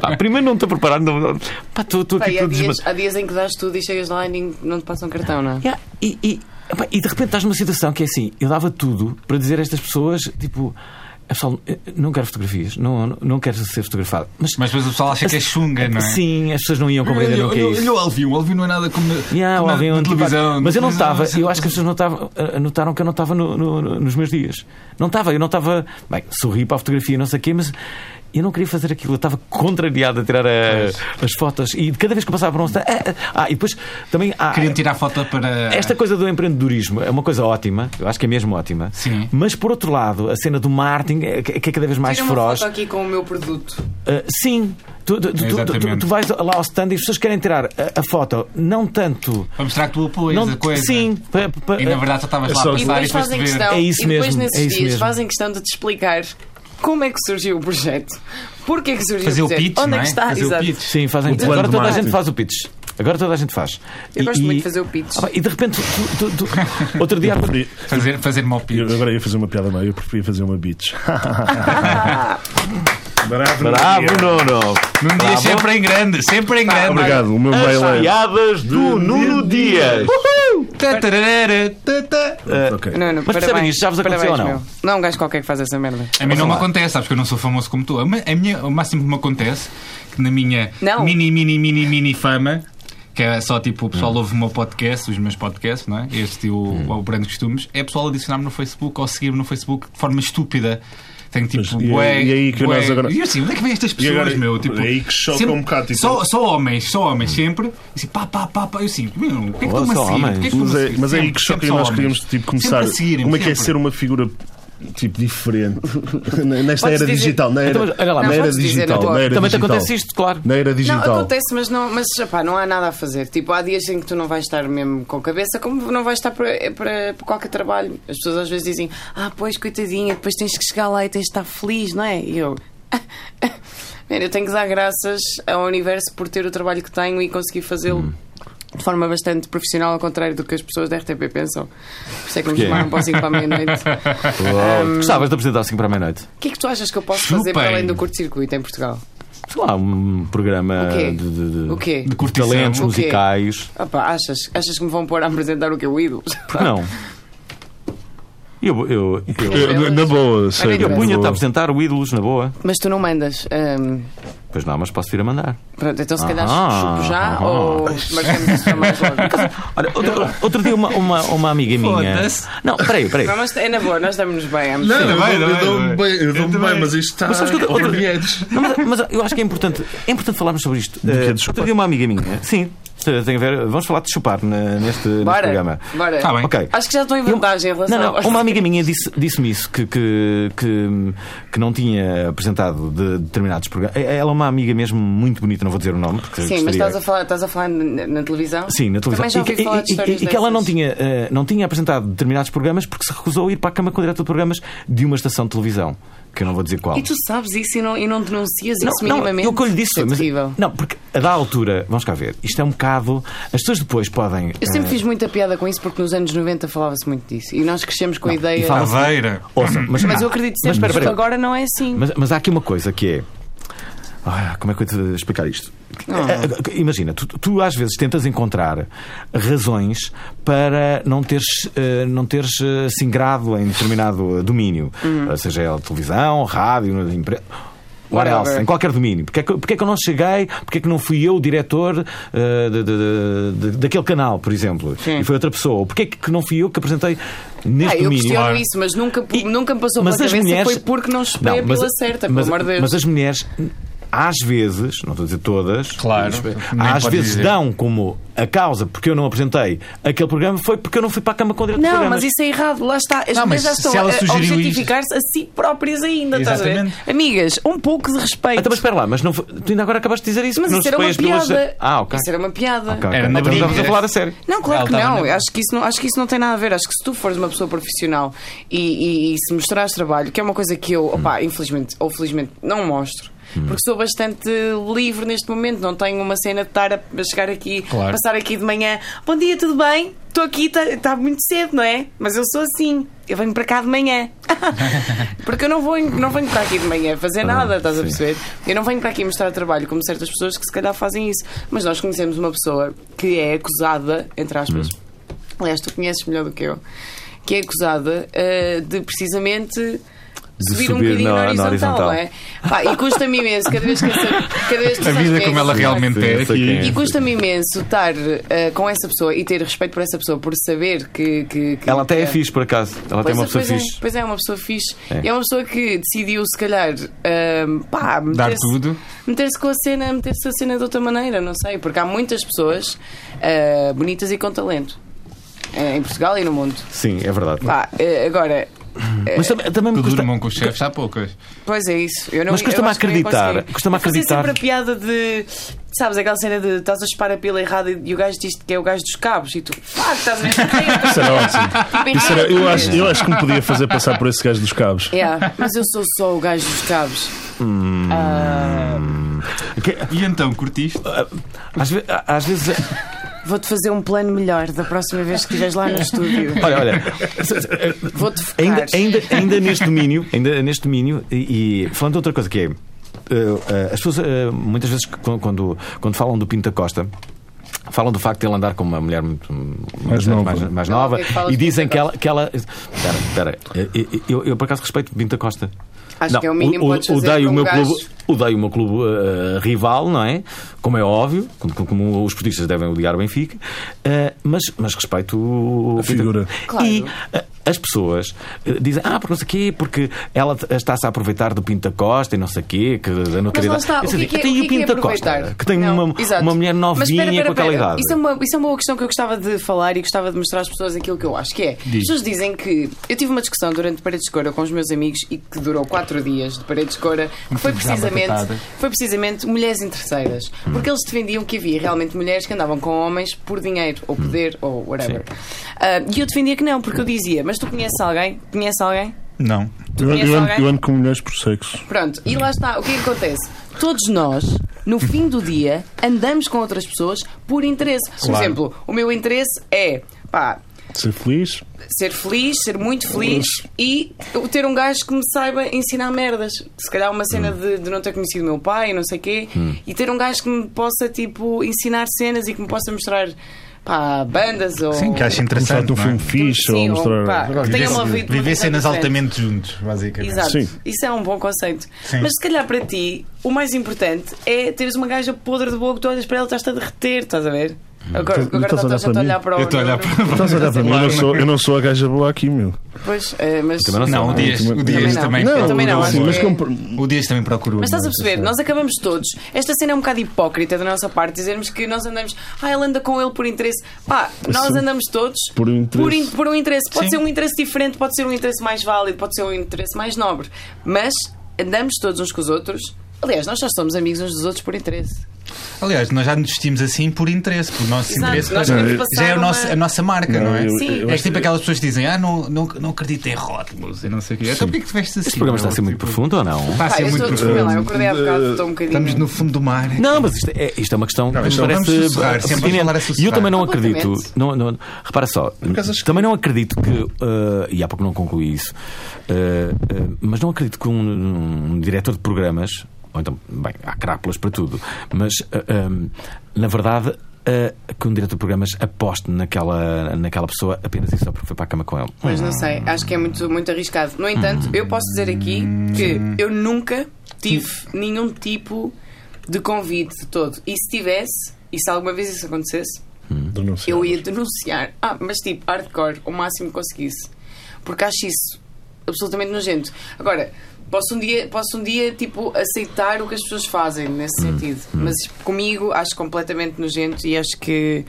Pá, primeiro não estou preparado, não, não- pá, estou estou
pá,
aqui
e há,
todo desma-
dias, há dias em que dás tudo e chegas lá e nem- não te passam cartão, não é?
Yeah, E, e, epá, e de repente estás numa situação que é assim: eu dava tudo para dizer a estas pessoas, tipo. "Epá, "Ah, pessoal, eh, não quero fotografias, não, não- não quero ser fotografado. Mas, assim,
Mas depois o pessoal acha que é chunga, não é?
sim, as pessoas não iam compreender
Olha,
o que é
olha-
isso.
olha o Alvin, o Alvin não é nada como,
Yeah,
como
lá
na-
vem
na
um tipo-
televisão.
mas eu não estava,
Televisão, assim,
eu acho que as pessoas não estavam, eh, notaram que eu não estava no- no- no- nos meus dias. Não estava, eu não estava. Bem, sorri para a fotografia, não sei o quê, mas eu não queria fazer aquilo. Eu estava contrariado a tirar eh, as fotos e de cada vez que eu passava por um. stand- Ah, ah, ah, e depois também. há-
Queriam tirar foto para.
esta coisa do empreendedorismo é uma coisa ótima, eu acho que é mesmo ótima.
Sim.
Mas por outro lado, a cena do marketing é, que é cada vez mais
Tira uma
feroz.
foto aqui com o meu produto.
Uh, sim, tu, tu- tu- tu-
Exatamente.
tu vais lá ao stand e as pessoas querem tirar a, a foto, não tanto.
Para mostrar que tu apoias
Não,
a coisa.
sim, pa- pa-
E na verdade só estavas
É
lá a
só-
passar
E
e
depois
depois
fazem
de ver.
questão.
É isso
e depois
mesmo,
nesses
é isso
dias
mesmo.
fazem questão de te explicar como é que surgiu o projeto. Porquê que surgiu
Fazer
o
o
projeto?
pitch,
Onde
não
é
é?
que está?
Fazer o
Exato.
pitch.
Sim, fazem.
plano
Agora
de
toda a
marketing.
gente faz o pitch. Agora toda a gente faz.
Eu
E-
gosto muito
e-
de fazer o pitch.
Ah, bem, e de repente, tu- tu- tu-
[LAUGHS]
outro dia.
Preferia-
Fazer, fazer mau pitch.
Eu agora ia fazer uma piada má, eu preferia fazer uma
[LAUGHS]
beach. Bravo,
Bravo, Nuno!
Num
Ah,
dia sempre em grande, sempre em grande.
Obrigado, o meu mail é.
Piadas do Nuno Dias!
Tá, tararara, tá, tá.
Ok.
Não, não,
Mas percebem
parabéns,
isto? Já vos aconteceu
parabéns,
ou não?
meu. Não, há um gajo qualquer que faz essa merda.
A mim não me acontece, sabes que eu não sou famoso como tu. A mi- a minha, o máximo que me acontece, que na minha
Não.
mini, mini, mini, mini fama, que é só tipo o
Hum.
pessoal ouve o meu podcast, os meus podcasts, não é? Este e o, o Brando Costumes, é pessoal adicionar-me no Facebook ou seguir-me no Facebook de forma estúpida. Tenho tipo,
Mas e-
bué,
e aí que
bué-
nós agora-
E eu assim, onde é que vêm estas pessoas,
agora-
meu? Tipo,
é aí que choca
sempre-
um bocado, tipo- Hum.
Só, só homens, só homens, sempre. E assim, pá, pá, pá, pá. Eu assim, meu, o que é que
Oh,
estão
só
a seguir?
homens.
Porquê que
Mas
estão-me a
é,
seguir?
mas é aí
Sempre,
que choca
sempre
e
só
nós
homens.
queríamos tipo, começar.
Sempre a seguirem,
Como é que é
sempre.
ser uma figura tipo diferente [LAUGHS] nesta
Podes
era
dizer-
digital? Na era,
Então, mas olha lá,
Não,
na era
podes dizer
digital.
agora.
na era
Também te
digital.
acontece isto, claro.
Na era digital.
Não, acontece, mas não, mas, epá, não há nada a fazer. Tipo, há dias em que tu não vais estar mesmo com a cabeça, como não vais estar para, para, para qualquer trabalho. As pessoas às vezes dizem, ah, pois, coitadinha, depois tens que chegar lá e tens de estar feliz, não é? E eu. [LAUGHS] Man, eu tenho que dar graças ao universo por ter o trabalho que tenho e conseguir fazê-lo.
Hum.
De forma bastante profissional, ao contrário do que as pessoas da RTP pensam. Por isso é que me
Porquê?
chamaram para o 5 para
[LAUGHS]
a meia-noite.
Uau. Gostavas de apresentar assim para a meia-noite?
O que é que tu achas que eu posso fazer
Chupem.
para além do curto-circuito em Portugal?
Sei lá, um programa
O quê?
de, de- de-
O quê?
de
De curtição.
talentos
O quê?
musicais.
Opa, Ah, achas, achas que me vão pôr a apresentar o que eu ídolos?
Porque não? Eu, eu, eu,
Eu- na- na boa, sério.
eu
Eu
na
punha-te a
boa.
apresentar o Ídolos na boa.
[LAUGHS] Mas tu não mandas. ahm,
Pois não, mas posso vir a mandar.
pronto, então se calhar
Ah,
chupo já
ah.
ou marcamos isso para
[LAUGHS]
mais logo.
Olha, outro, outro dia uma, uma, uma amiga minha.
Foda-se.
Não, peraí, peraí.
Não, mas é na boa, nós estamos bem. Não,
eu dou- eu dou-me bem, eu dou-me bem, mas
isto está.
Mas sabes que eu- outro dia- Não, mas, mas eu acho que é importante, é importante falarmos sobre isto.
é
Eh,
de chupar?
outro dia uma amiga minha. Sim, tem a ver. Vamos falar de chupar na- neste, neste
Bora,
programa.
bora.
Tá bem.
Ok.
Acho que já estou em vantagem em relação
Não,
a
não, uma amiga minha disse- disse-me isso, que, que, que, que não tinha apresentado de determinados programas. Ela é uma amiga mesmo muito bonita, não vou dizer o nome. Porque
[LAUGHS] Sim, mas
gostaria-
estás a falar, estás a falar na, na televisão?
Sim, na televisão.
Também já ouvi
e, que-
falar de
e-
histórias
e- e que ela não
dessas.
tinha, eh, não tinha apresentado determinados programas porque se recusou a ir para a cama com o diretor de programas de uma estação de televisão, que eu não vou dizer qual.
E tu sabes isso e não, e não denuncias
Não,
isso
não,
minimamente?
eu que eu lhe disse foi,
Isso é
mas,
terrível.
não, porque a da altura, vamos cá ver, isto é um bocado. As pessoas depois podem.
Eu sempre
eh,
fiz muita piada com isso porque nos anos 90 falava-se muito disso. E nós crescemos com a ideia.
e fala-
Aveira.
ouçam, mas,
Mas eu acredito sempre
espera,
que isto
espera.
agora não é assim.
Mas, mas há aqui uma coisa que é. Ah, como é que eu te explicar isto? Eh, eh, Imagina, tu, tu às vezes tentas encontrar razões para não teres, eh, não teres eh, singrado em determinado eh, domínio,
Hum.
Eh, seja ela televisão, rádio, empresa.
Whatever.
em qualquer domínio. Porque é, que, porque é que eu não cheguei? Porque é que não fui eu o diretor eh, de- de- de- de- daquele canal, por exemplo?
Sim.
E foi outra pessoa? Ou Porque é que não fui eu que apresentei neste
Ah, eu
domínio?
questiono isso, mas nunca,
E-
nunca me passou
mas
pela
as
cabeça
mulheres-
foi porque não chupei a
mas-
pila certa,
mas,
pelo amor de Deus.
Mas as mulheres, às vezes, não estou a dizer todas,
Claro, nem
às
pode
vezes
dizer.
dão como a causa porque eu não apresentei aquele programa foi porque eu não fui para a cama com o diretor de
Não,
programas.
mas isso é errado, lá está. As
Não, mas
mulheres já
se
estão a
ela
a
sugeriu
objetificar-se a si próprias ainda, estás a ver?
Exatamente.
Amigas, um pouco de respeito.
Então, mas espera lá, mas não foi- tu ainda agora acabaste de dizer isso.
Mas
não
isso era uma
chupei as pilas-
piada.
Ah, ok.
Isso era uma piada.
Ok, ok.
Era na
Então
briga.
estamos a falar a sério.
Não, claro
Ela
que
estava
não.
na-
Acho que, isso não. acho que isso não tem nada a ver. Acho que se tu fores uma pessoa profissional e, e- e se mostrares trabalho, que é uma coisa que eu,
Hum.
opá, infelizmente ou felizmente, não mostro. Porque sou bastante livre neste momento, não tenho uma cena de estar a a chegar aqui,
Claro.
passar aqui de manhã. Bom dia, tudo bem? Estou aqui, está muito cedo, não é? Mas eu sou assim, eu venho para cá de manhã. Porque eu não venho, não venho estar aqui de manhã a fazer nada, estás a
Ah, sim.
perceber? Eu não venho para aqui mostrar trabalho como certas pessoas que se calhar fazem isso. Mas nós conhecemos uma pessoa que é acusada, entre aspas,
Hum.
aliás, tu conheces melhor do que eu, que é acusada eh, de precisamente
de
subir, um
subir
bocadinho
na-
na,
na
horizontal,
horizontal.
não é? Pá, e custa-me imenso, cada vez que eu sei- cada vez que
A
sabes
vida
quem é
como
que
ela
se
realmente
Sim,
é
eu sei quem
aqui.
é.
E custa-me imenso estar eh, com essa pessoa e ter respeito por essa pessoa, por saber que. que- que-
Ela até é
que-
fixe, por acaso. Ela tem
Pois
uma
é,
pessoa
pois é,
fixe.
Pois é, uma pessoa fixe.
É.
E é uma pessoa que decidiu, se calhar, ahm,
Dar
pá, meter-se
tudo.
meter-se com a cena, meter-se a cena de outra maneira, não sei, porque há muitas pessoas ah, bonitas e com talento. eh, Em Portugal e no mundo.
Sim, é verdade.
Pá, é. eh, agora,
Mas também, também me
Tudo
custa.
irmão com os chefes há poucas.
pois é isso. Eu não,
Mas
eu
custa-me
acho que não ia
acreditar,
conseguir.
custa-me
Eu fazia
acreditar.
sempre a piada de. Sabes, aquela cena de estás a chupar a pila errada e, e o gajo diz que é o gajo dos cabos e tu, pá,
[LAUGHS]
estás a ver? é
Isso era ótimo. Isso era- eu, acho, eu acho que me podia fazer passar por esse gajo dos cabos.
Yeah, mas eu sou só o gajo dos cabos. Ah,
E então, curtiste?
Às, ve- às vezes.
Vou-te fazer um plano melhor da próxima vez que estiveres lá no estúdio.
Olha, olha.
[LAUGHS]
Vou-te focar.
Ainda, ainda, ainda neste domínio, [LAUGHS] ainda neste domínio, e, e falando de outra coisa que é. eh, eh, as pessoas eh, muitas vezes qu- quando, quando falam do Pinto da Costa falam do facto de ele andar com uma mulher muito mais
nova.
mais, mais
Não,
nova
alguém que fala
e
de
dizem
Pinto
que
da
ela, que ela espera, espera eh, eu, eu, eu por acaso respeito Pinto da Costa
Acho
Não,
que é o mínimo que podes fazer
odeio
para
o
um
meu
gajo.
clube odeio o meu clube eh, rival não é como é óbvio como, como os portistas devem odiar o Benfica eh, mas, mas respeito o
A figura.
Claro.
e eh, as pessoas eh, dizem, ah, porque não sei quê, porque ela t- está-se a aproveitar do Pinto da Costa e não sei quê, que eu não
Mas
queria
lá
dar-
está, o
Eu
que
sei
é que é,
dizer, tem
o que é que é
Pinto da Costa,
aproveitar?
que tem
Não,
uma,
exato.
uma mulher novinha
Mas espera, espera,
com aquela
espera.
idade.
Isso é, uma, isso é uma boa questão que eu gostava de falar e gostava de mostrar às pessoas aquilo que eu acho, que é... As pessoas dizem que... Eu tive uma discussão durante Paredes de Cora com os meus amigos e que durou quatro dias de Paredes de Cora, que foi
Muito já
precisamente,
batatada.
foi precisamente mulheres em terceiras. Porque eles defendiam que havia realmente mulheres que andavam com homens por dinheiro, ou poder,
Hum.
ou whatever. Ah, e eu defendia que não, porque eu dizia, mas tu conheces alguém? Conheces alguém?
Não.
Tu
Eu,
conheces
eu ando,
alguém?
eu ando com mulheres por sexo.
Pronto, e lá está, o que é que acontece? Todos nós, no fim do dia, andamos com outras pessoas por interesse. Por exemplo, o meu interesse é pá,
Ser feliz?
ser feliz, ser muito feliz e ter um gajo que me saiba ensinar merdas. Se calhar uma cena
Hum.
de, de não ter conhecido o meu pai, não sei quê, e ter um gajo que me possa tipo ensinar cenas e que me possa mostrar pá, bandas ou.
Sim, que acho
Mostrar-te
interessante.
um
não é?
filme fixe
Sim,
ou
ou,
mostrar.
pá, que tenha uma
Viver-
vida- uma
Viver
vida
cenas
diferente.
altamente juntos, basicamente.
Exato.
Sim.
Isso é um bom conceito.
Sim.
Mas se calhar para ti, o mais importante é teres uma gaja podre de boa que tu olhas para ela e estás-te a derreter, estás a ver? Agora,
Não
agora
Então, estás a
não
olhar
estás a
para mim.
olhar para o.
Eu estou a olhar para.
Estás a olhar para mim? Eu não, sou, eu não sou a gaja boa aqui, meu.
Pois, eh, mas.
Também não sou.
Mas
Não, o Dias, o Dias também.
Também não. Eu também não,
assim,
acho
mas
que é-
compro-
O Dias também procurou. é?
estás a
é
perceber, nós acabamos todos. Esta cena é um bocado hipócrita da nossa parte, dizermos que nós andamos. Ah, ela anda com ele por interesse. Pá, nós
Sim.
andamos todos
Por um interesse.
Por, in- por um interesse. Pode
Sim.
ser um interesse diferente, pode ser um interesse mais válido, pode ser um interesse mais nobre. Mas andamos todos uns com os outros. Aliás, nós só somos amigos uns dos outros por interesse.
Aliás, nós já nos vestimos assim por interesse, por nosso
Exato,
interesse.
nós
já-
queremos passar
já é o nosso-
uma-
a nossa marca, não,
Não,
é?
eu-
Sim. eu
É
acho-
tipo aquelas pessoas que dizem, ah, não, não, não acredito em rótulos e não sei o quê. Então porquê que te vestes assim?
Este programa está a ser
meu?
muito
Tipo,
profundo ou não?
Ah,
Está a
Pá,
ser
eu
muito
estou,
profundo.
desculpa lá, eu acordei há bocado, estou um bocadinho.
Estamos no fundo do mar.
Não, mas isto é, isto é uma questão que
isto
me
é-
parece eh,
vamos sussurrar, sempre
pertinente.
vamos falar a sussurrar.
E eu também não acredito.
Completamente.
Não, não- repara só,
acaso acho que-
também não acredito que. eh, e há pouco não concluí isso. eh, eh, mas não acredito que um, um diretor de programas. Ou então, bem, há crápulas para tudo. Mas, eh, ehm, na verdade. eh, que um diretor de programas aposte naquela, naquela pessoa apenas isso só porque foi para a cama com ele.
Mas
Hum.
não sei, acho que é muito, muito arriscado. No entanto, eu posso dizer aqui que eu nunca tive nenhum tipo de convite de todo. E se tivesse, e se alguma vez isso acontecesse,
Denunciar.
tipo, eu ia denunciar. Ah, mas tipo, hardcore, o máximo que conseguisse. Porque acho isso absolutamente nojento. Agora, posso um dia, posso um dia tipo, aceitar o que as pessoas fazem nesse
Hum,
sentido. Mas comigo acho completamente nojento e acho que.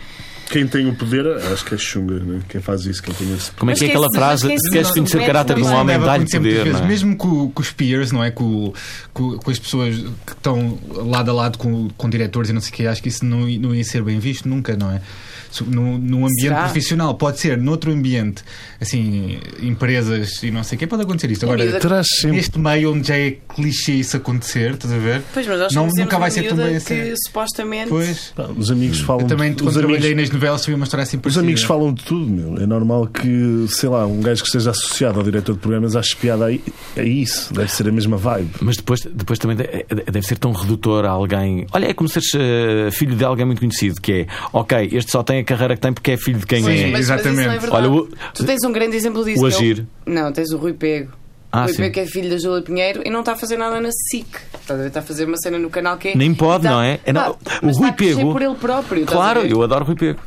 Quem tem o poder, acho que é Xunga, né? quem faz isso, quem tem esse poder.
Como é
Mas
que é aquela
esquece-
frase?
mas
Se
esquece-
queres conhecer o caráter de
Isso
um
leva
homem,
Leva
dá-lhe
muito tempo
poder.
muitas
não é?
vezes. Mesmo com, com os peers, não é? Com, com, com as pessoas que estão lado a lado com, com diretores e não sei o quê, acho que isso não, i- não ia ser bem visto nunca, não é? Se- Num, num ambiente
Será?
profissional, pode ser, noutro ambiente, assim, empresas e não sei o quê, pode acontecer isto. Agora,
miúda-
Terás sempre.
neste meio onde já é clichê isso acontecer, estás a ver?
Pois, mas nós
não,
conhecemos
nunca vai
uma
ser tão
miúda
bem
que
assim.
supostamente.
Pois,
Pá, Os amigos falam.
eu também, quando
os
trabalhei
amigos,
nas novelas, sabia uma história assim
os
parecida.
amigos falam de tudo, meu. É normal que, sei lá, um gajo que esteja associado ao diretor de programas ache piada a, a isso. Deve ser a mesma vibe.
Mas depois, depois também de- de- deve ser tão redutor a alguém. Olha, é como seres eh, filho de alguém muito conhecido, que é ok, este só tem a carreira que tem porque é filho de quem
Sim,
é.
Mas, mas isso não é
Exatamente.
verdade.
Olha, o-
Tu tens um grande exemplo disso.
O
que é
Agir.
Não, tens o Rui Pego.
Ah,
o
sim.
IP que é filho da Júlia Pinheiro e não está a fazer nada na SIC. Está a ver? Está a fazer uma cena no canal que é.
Nem pode,
Tá-
não é? É
Pá,
não- o
mas
Rui
está a crescer
Pego-
por ele próprio. estás a
Claro,
ver?
eu adoro Rui Pego.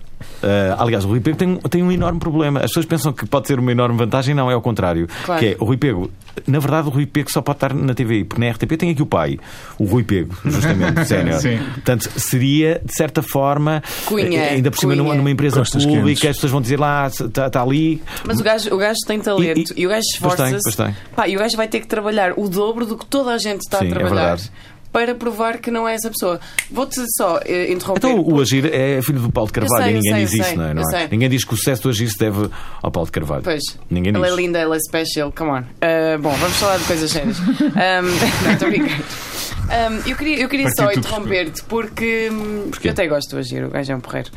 Ah, aliás, o Rui Pego tem, um- tem um enorme problema. As pessoas pensam que pode ter uma enorme vantagem, não, é ao contrário.
Claro.
Que é, o Rui Pego, na verdade, o Rui Pego só pode estar na TVI, porque na RTP tem aqui o pai, o Rui Pego, justamente,
[LAUGHS]
sénior.
Sim.
Portanto, seria, de certa forma,
Cunha,
eh, ainda por cima
Cunha.
numa, numa empresa
Costas
pública,
quentes.
as pessoas vão dizer lá, está ali.
Mas o gajo, o gajo tem talento
E-
e, o gajo
pois tem, pois
esforça-se.
tem.
Pá, E o gajo vai ter que trabalhar o dobro do que toda a gente está
Sim, é
a trabalhar
verdade.
para provar que não é essa pessoa. Vou-te só eh, interromper.
Então o Agir é filho do Paulo de Carvalho
sei,
e
eu
ninguém
sei, eu
diz isso,
sei,
não é? Não
eu
é?
sei.
Ninguém diz que o sucesso do Agir se deve ao Paulo de Carvalho.
Pois.
Ninguém
ela
diz.
é linda, ela é special, come on. Ah, bom, vamos falar de coisas sérias. Ahm, [LAUGHS] não, estou a brincar. Ahm, eu queria, eu queria
Partiu
só
tu,
interromper-te porque hum,
Porquê?
eu até gosto de agir, o gajo é um porreiro.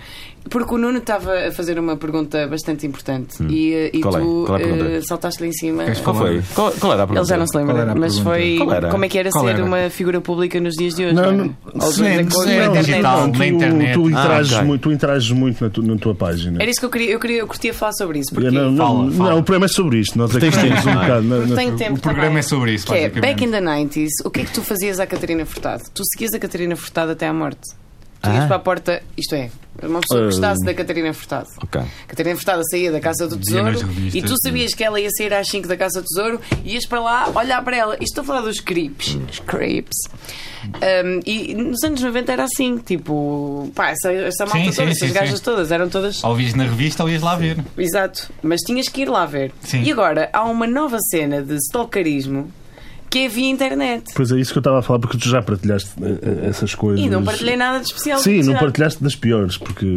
Porque o Nuno estava a fazer uma pergunta bastante importante e, eh, e
Qual é?
tu
Qual é a
eh,
pergunta?
saltaste-lhe em cima.
Queres
Qual foi? Qual, qual era a pergunta?
Ele já não se
Qual
lembra,
era a
mas
pergunta?
foi
Qual era?
como é que era
Qual
ser
era?
uma figura pública nos dias de hoje.
Não,
é?
não,
Ou
sim,
seja, com-
sim,
é na
não,
internet.
digital.
tu,
na internet.
tu interages
Ah, ok.
muito, tu interages muito na, tu- na tua página.
Era isso que eu queria, eu queria, eu curtia falar sobre isso. Porque
Eu não, não,
Fala,
não,
fala.
o problema é sobre isto. Nós é que
Tens
estamos
tempo,
um
não é?
bocado na- na-
Tenho tempo
o programa
também.
é sobre isso,
Que é,
basicamente.
back in the 90s, o que é que tu fazias à Catarina Furtado? Tu seguias a Catarina Furtado até à morte. Tu ias
Ah.
para a porta, isto é, uma pessoa que
Ah.
gostasse da Catarina Furtado.
Ok.
Catarina Furtado saía da Casa do Tesouro
nas revistas,
e tu
né?
sabias que ela ia sair às 5 da Casa do Tesouro e ias para lá olhar para ela. Isto estou a falar dos creeps.
Hum.
Os creeps. Um, e nos anos 90 era assim, tipo, pá, essa, essa malta
Sim,
toda,
sim,
essas
sim,
gajas
sim.
todas, eram todas
Ou vias na revista ou ias lá ver.
Exato, mas tinhas que ir lá ver.
Sim.
E agora há uma nova cena de stalkerismo que é via internet.
Pois é isso que eu estava a falar, porque tu já partilhaste eh, eh, essas coisas.
E não partilhei nada de especial.
Sim, não
Já-
partilhaste das piores, porque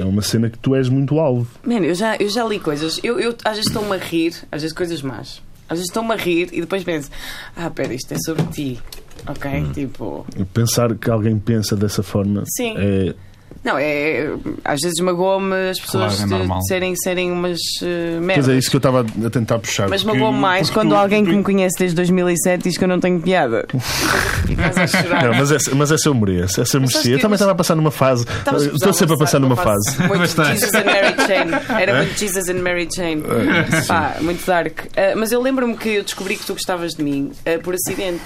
é uma cena que tu és muito alvo.
Mano, eu já, eu já li coisas. Eu, eu às vezes estou-me a rir, às vezes coisas más. Às vezes estou-me a rir e depois penso: ah, pera, isto é sobre ti. Ok?
Hum.
Tipo.
Pensar que alguém pensa dessa forma
Sim.
é.
Não, é. Às vezes magoa-me as pessoas
Claro, é
de-
normal.
de serem, serem umas eh, merdas.
Pois é isso que eu estava a tentar puxar.
Mas
porque-
magoa mais
porque
quando
tu-
alguém
tu-
que me conhece desde 2007 diz que eu não tenho piada. Ficas a chorar.
Não, mas essa, mas essa eu mereço, essa eu
Mas sabes
mereci. Eu
que-
também estava a passar numa fase.
Estavas
Eu Estou sempre a passar numa [LAUGHS] fase.
Muito
Bastante.
Jesus and Mary Jane. Era muito Jesus and Mary Jane. Pá, muito dark. Ah, mas eu lembro-me que eu descobri que tu gostavas de mim ah, por acidente.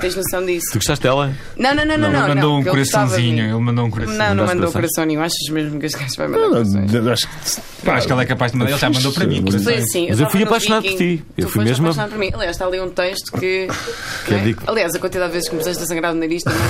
Tens noção disso?
Tu gostaste dela?
Não, não, não, não.
Ele
não,
mandou
não,
um
que eu gostava de mim.
coraçãozinho. Ele mandou um coração.
Não, não
Mandaste
mandou
corações.
coração nenhum. Achas mesmo que este gajo vai mandar corações?
Eu Acho que
Pá, acho que ela é capaz de mandar. Ele já mandou para mim.
Mas
Foi
coração.
assim,
Mas eu
tava
fui
no
apaixonado por
Viking.
ti. Eu
Tu
fui
foste
mesmo-
apaixonado por mim. Aliás, está ali um texto que.
Que
não é?
ridículo.
Aliás, a quantidade de vezes que começaste a sangrar o nariz também.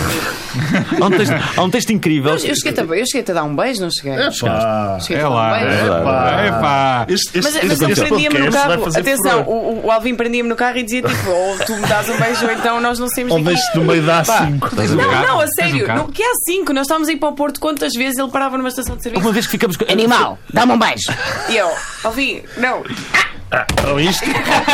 Há um texto, há um texto incrível.
Eu cheguei-te a, eu cheguei-te a dar um beijo, não cheguei?
Pá.
Cheguei-te
É
a dar um
lá.
beijo.
É lá. É pá.
Este, este,
Mas,
este,
mas ele
este
prendia-me no
podcast vai
carro.
fazer
Atenção,
furor.
o, o Alvin prendia-me no carro e dizia tipo: ou tu me dás um beijo, ou então nós não saímos
Ou
daqui.
deixo-te no meio da
Pá.
A5.
Tens um
Não,
carro?
não, a
Tens um
sério.
carro?
não, que é assim que nós estávamos a ir para o Porto, quantas vezes ele parava numa estação de serviço
Uma vez que ficamos. com-
Animal, dá-me um beijo.
e eu, Alvin, não.
Ou isto? [LAUGHS]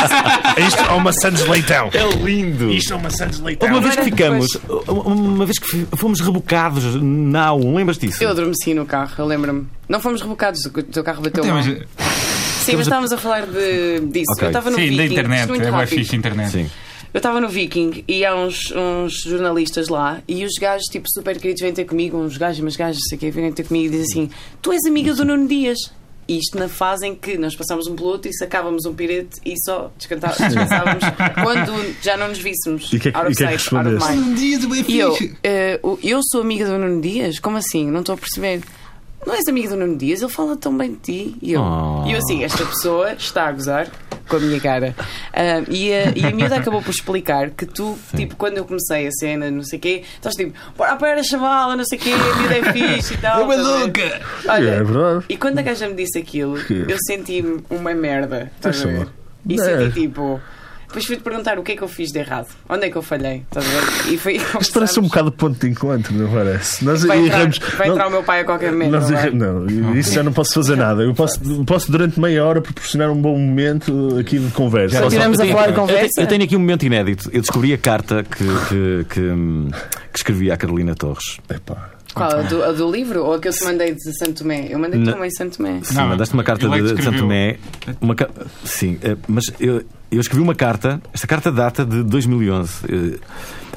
isto ou uma Santos Leitão?
É lindo.
Isto é uma Santos Leitão.
Uma vez que
Agora
ficamos, uma vez que fi- fomos rebocados na A1, lembras disso?
Eu adormeci no carro, eu lembro-me. Não fomos rebocados, o teu carro bateu.
Até,
mal.
mas-
Sim, mas estávamos a falar de, disso.
Ok.
Eu estava no
Sim,
Viking,
da
isto
internet.
muito
É mais
rápido.
fixe internet.
Sim.
Eu estava no Viking e há uns, uns jornalistas lá e os gajos, tipo, super queridos, vêm ter comigo, uns gajos, umas gajas, não sei o quê, vêm ter comigo e dizem assim: Tu és amiga do Nuno Dias. E Isto na fase em que nós passámos um piloto e sacávamos um pirete e só descanta- [LAUGHS] descansávamos quando já não nos víssemos.
E que é que-
Out of
e que é que
sight, out of
respondeste?
mind.
Um dia do bem
E eu,
fixe.
eh, o- eu sou amiga do Nuno Dias? Como assim? Não estou a perceber. Não és amiga do Nuno Dias? Ele fala tão bem de ti. E eu,
Oh.
e eu assim, esta pessoa está a gozar com a minha cara. Ah, e, a, e a miúda acabou por explicar que tu, tipo, quando eu comecei a cena, não sei o quê, estás tipo, bora para chavala, não sei o quê, a miúda é fixe e tal.
Eu é
estás a ver?
louca.
É
Olha,
verdade.
e quando a gaja me disse aquilo,
Que?
eu senti-me uma merda. Estás a
Deixa
ver?
lá.
E
Não.
senti tipo. Depois fui-te perguntar o que é que eu fiz de errado. Onde é que eu falhei? Estás a ver? E foi.
Isto parece um bocado ponto de encontro, não parece? Nós
Vai entrar,
erramos.
vai entrar o meu pai a qualquer momento.
nós
não é? vai?
erra- não, isso já não posso fazer nada. Eu posso, posso durante meia hora proporcionar um bom momento aqui de conversa.
Posso-
Continuamos a
eu tenho-
falar de
eu tenho-
conversa?
Eu tenho aqui um momento inédito. Eu descobri a carta que, que, que, hum, que escrevi à Carolina Torres.
Epá.
Qual? A do, a do livro? Ou a que eu te mandei de Santo Tomé? Eu mandei-te
Não.
também de Santo Tomé.
Sim,
Não,
mandaste uma carta
ele é
de,
que
de Santo
escreveu.
Tomé. Uma ca- Sim, eh, mas eu, eu escrevi uma carta. Esta carta data de 2011. Eh,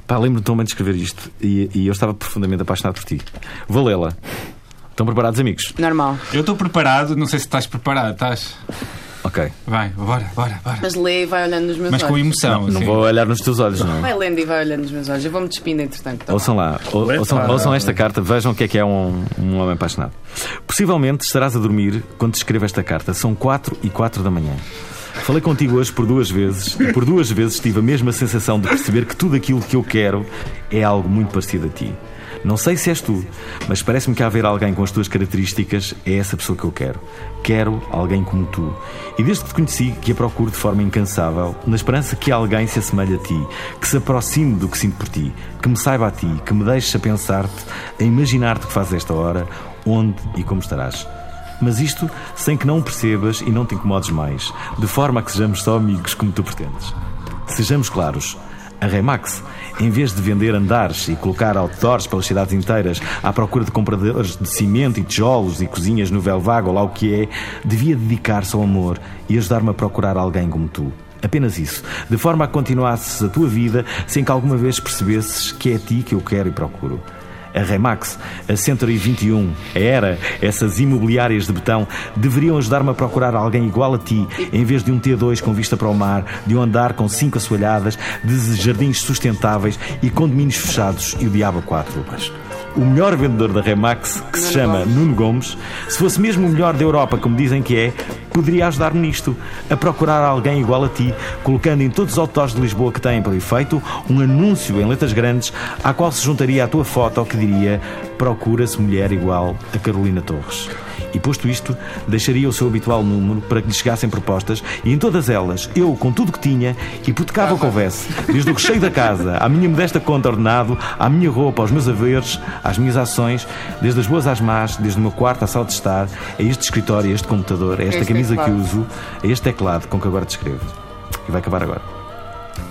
Pá, lembro-me tão bem de escrever isto e, e eu estava profundamente apaixonado por ti. Vou lê-la. Estão preparados, amigos?
Normal.
Eu estou preparado, não sei se estás preparado, estás?
Ok.
Vai, bora, bora, bora.
Mas lê e vai olhando nos meus
Mas com
olhos.
emoção.
Não
assim.
vou olhar nos teus olhos, não.
Vai lendo e vai olhando nos meus olhos. Eu vou-me despindo, entretanto. tá
Ouçam lá, ou-
Letra.
ouçam, ouçam esta carta, vejam o que é que é um, um homem apaixonado. Possivelmente estarás a dormir quando te escrevo esta carta. São 4 e 4 da manhã. Falei contigo hoje por duas vezes e por duas vezes tive a mesma sensação de perceber que tudo aquilo que eu quero é algo muito parecido a ti. Não sei se és tu, mas parece-me que haver alguém com as tuas características é essa pessoa que eu quero. Quero alguém como tu. E desde que te conheci, que a procuro de forma incansável, na esperança que alguém se assemelhe a ti, que se aproxime do que sinto por ti, que me saiba a ti, que me deixe a pensar-te, a imaginar-te que fazes esta hora, onde e como estarás. Mas isto sem que não percebas e não te incomodes mais, de forma a que sejamos só amigos como tu pretendes. Sejamos claros. A Remax, em vez de vender andares e colocar outdoors pelas cidades inteiras à procura de compradores de cimento e tijolos e cozinhas no Velvago ou lá o que é, devia dedicar-se ao amor e ajudar-me a procurar alguém como tu. Apenas isso, de forma a que continuasses a tua vida sem que alguma vez percebesses que é a ti que eu quero e procuro. A Remax, a Century 21, a ERA, essas imobiliárias de betão deveriam ajudar-me a procurar alguém igual a ti, em vez de um T2 com vista para o mar, de um andar com cinco assoalhadas, de jardins sustentáveis e condomínios fechados e o Diabo 4. O melhor vendedor da Remax, que se chama Nuno Gomes, se fosse mesmo o melhor da Europa, como dizem que é, poderia ajudar-me nisto, a procurar alguém igual a ti, colocando em todos os autores de Lisboa que têm, por efeito, um anúncio em letras grandes, à qual se juntaria a tua foto que diria Procura-se mulher igual a Carolina Torres. E posto isto, deixaria o seu habitual número para que lhe chegassem propostas e em todas elas, eu, com tudo que tinha, hipotecava o que houvesse, desde o recheio da casa, à minha modesta conta ordenado, à minha roupa, aos meus haveres, às minhas ações, desde as boas às más, desde o meu quarto à sala de estar, a este escritório, a este computador, a esta
Este
camisa que
teclado.
uso, a este teclado com que agora te escrevo. E vai acabar agora.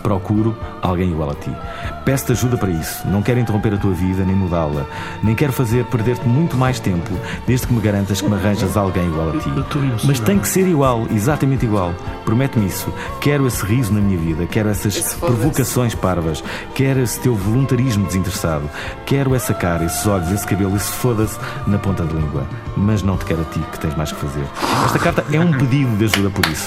Procuro alguém igual a ti. Peço-te ajuda para isso. Não quero interromper a tua vida nem mudá-la. Nem quero fazer perder-te muito mais tempo, desde que me garantas que me arranjas alguém igual a ti. Mas tem que ser igual, exatamente igual. Promete-me isso. Quero esse riso na minha vida. Quero essas
Esse foda-se.
provocações parvas. Quero esse teu voluntarismo desinteressado. Quero essa cara, esses olhos, esse cabelo, esse foda-se na ponta da língua. Mas não te quero a ti, que tens mais que fazer. Esta carta é um pedido de ajuda por isso.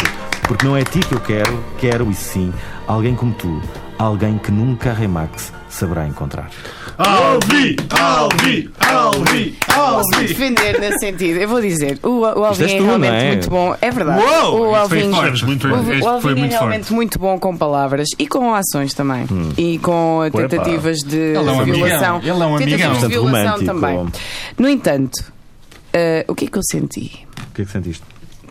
Porque não é a ti que eu quero, quero e sim alguém como tu. Alguém que nunca a Remax saberá encontrar.
Alvi! Alvi! Alvi!
Oh,
Posso-me
Alvi!
defender nesse sentido? Eu vou dizer, o, o Alvin é
és tu, não
realmente
é?
muito bom. É verdade.
Uou,
o
isso foi
Alvin,
forte.
Estamos muito
o,
bem.
Este
o Alvin
foi
é
muito
realmente
forte.
muito bom com palavras e com ações também.
Hum.
E com tentativas de
Ele é um
violação.
amigão. Ele é um amigão.
tentativas de
Bastante
violação
romântico.
também. No entanto, eh, o que é que eu senti?
O que é que sentiste?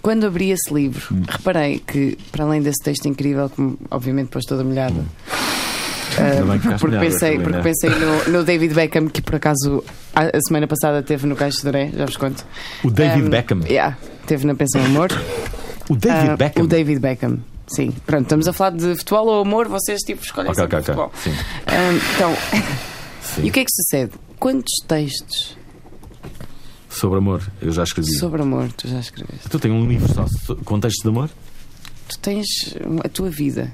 Quando abri esse livro,
Hum.
reparei que, para além desse texto incrível, que obviamente pôs toda molhada, ah,
Ainda bem que ficaste
porque
molhada,
pensei,
Carolina.
porque pensei no, no David Beckham, que por acaso a, a semana passada teve no Caixo de Doré, já vos conto.
O David
Um,
Beckham.
Yeah, teve na Pensão Amor.
O [LAUGHS] David
Ah,
Beckham.
O David Beckham. Sim, pronto, estamos a falar de futebol ou amor, vocês tipo escolhem
Ok,
sempre
ok, ok.
futebol.
Sim,
Ah, então,
sim.
e o que é que sucede? Quantos textos
Sobre amor, eu já escrevi.
sobre amor tu já escreveste?
Tu tens um livro só so- com textos de amor?
Tu tens a tua vida.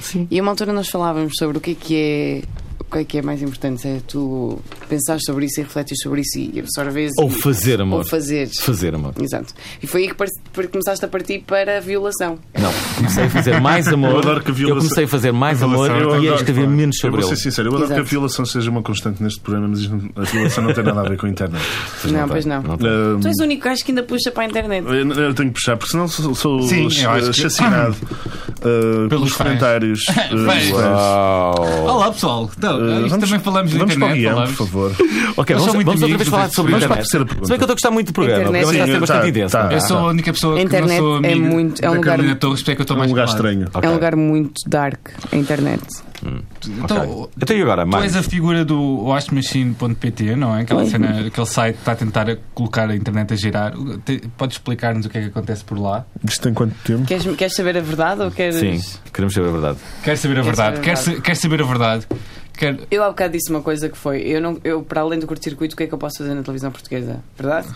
Sim.
E a uma altura nós falávamos sobre o que é que é. O que é que é mais importante? É tu pensar sobre isso e refletir sobre isso e absorveres.
Ou
e-
fazer amor.
Ou fazeres.
Fazer amor.
Exato. E foi aí que par- par- começaste a partir para a violação.
Não, comecei a fazer mais amor.
Eu adoro que a violação-
comecei a fazer mais
a
amor
violação é
e a escrever menos
eu
sobre
vou
ele.
ser sincero, eu adoro
Exato.
que a violação seja uma constante neste programa, mas isto não- a violação não tem nada a ver com a [LAUGHS] internet.
Pois
não,
tem,
pois não.
tem.
Ahm,
Tu és o único gajo que ainda puxa para a internet.
Eu, eu tenho que puxar, porque senão sou, sou
Sim,
ch-
eu acho que- [LAUGHS]
chacinado uh, pelos,
Pelos fãs.
comentários. uh,
Fãs.
dos fãs.
Uau.
Olá pessoal, então,
Uh,
isto também falamos de
vamos para o
internet.
guião,
falamos.
por favor.
Ok,
Eles
vamos,
são muito
vamos outra
amigos,
vez falar sobre
Vamos
vocês-
para a
internet.
terceira pergunta.
Se bem que eu estou a gostar muito do programa, o
Internet,
programa está a ser
sim,
bastante
tá,
intenso.
tá.
não é?
Eu sou a única pessoa
A
que não
internet
sou
é
amigo
muito- é um
da
lugar-
Carolina Torres, porque é que eu estou
É um
mais
lugar
calado.
estranho.
Ok,
É um lugar muito dark a internet.
Então,
ok. Até e agora,
Tu
mais.
és a figura do washmachine.pt, não é? Aquela
Oi.
cena, aquele site que está a tentar colocar a internet a girar. Te- Podes explicar-nos o que é que acontece por lá?
Isto tem quanto tempo?
Queres, queres saber a verdade ou queres.
Sim, queremos saber a verdade.
Quer saber a
Quer
verdade?
saber a
Quer,
verdade.
sa- quer saber a verdade? Quer...
Eu há bocado disse uma coisa que foi: eu, não, eu para além do curto-circuito, o que é que eu posso fazer na televisão portuguesa? Verdade?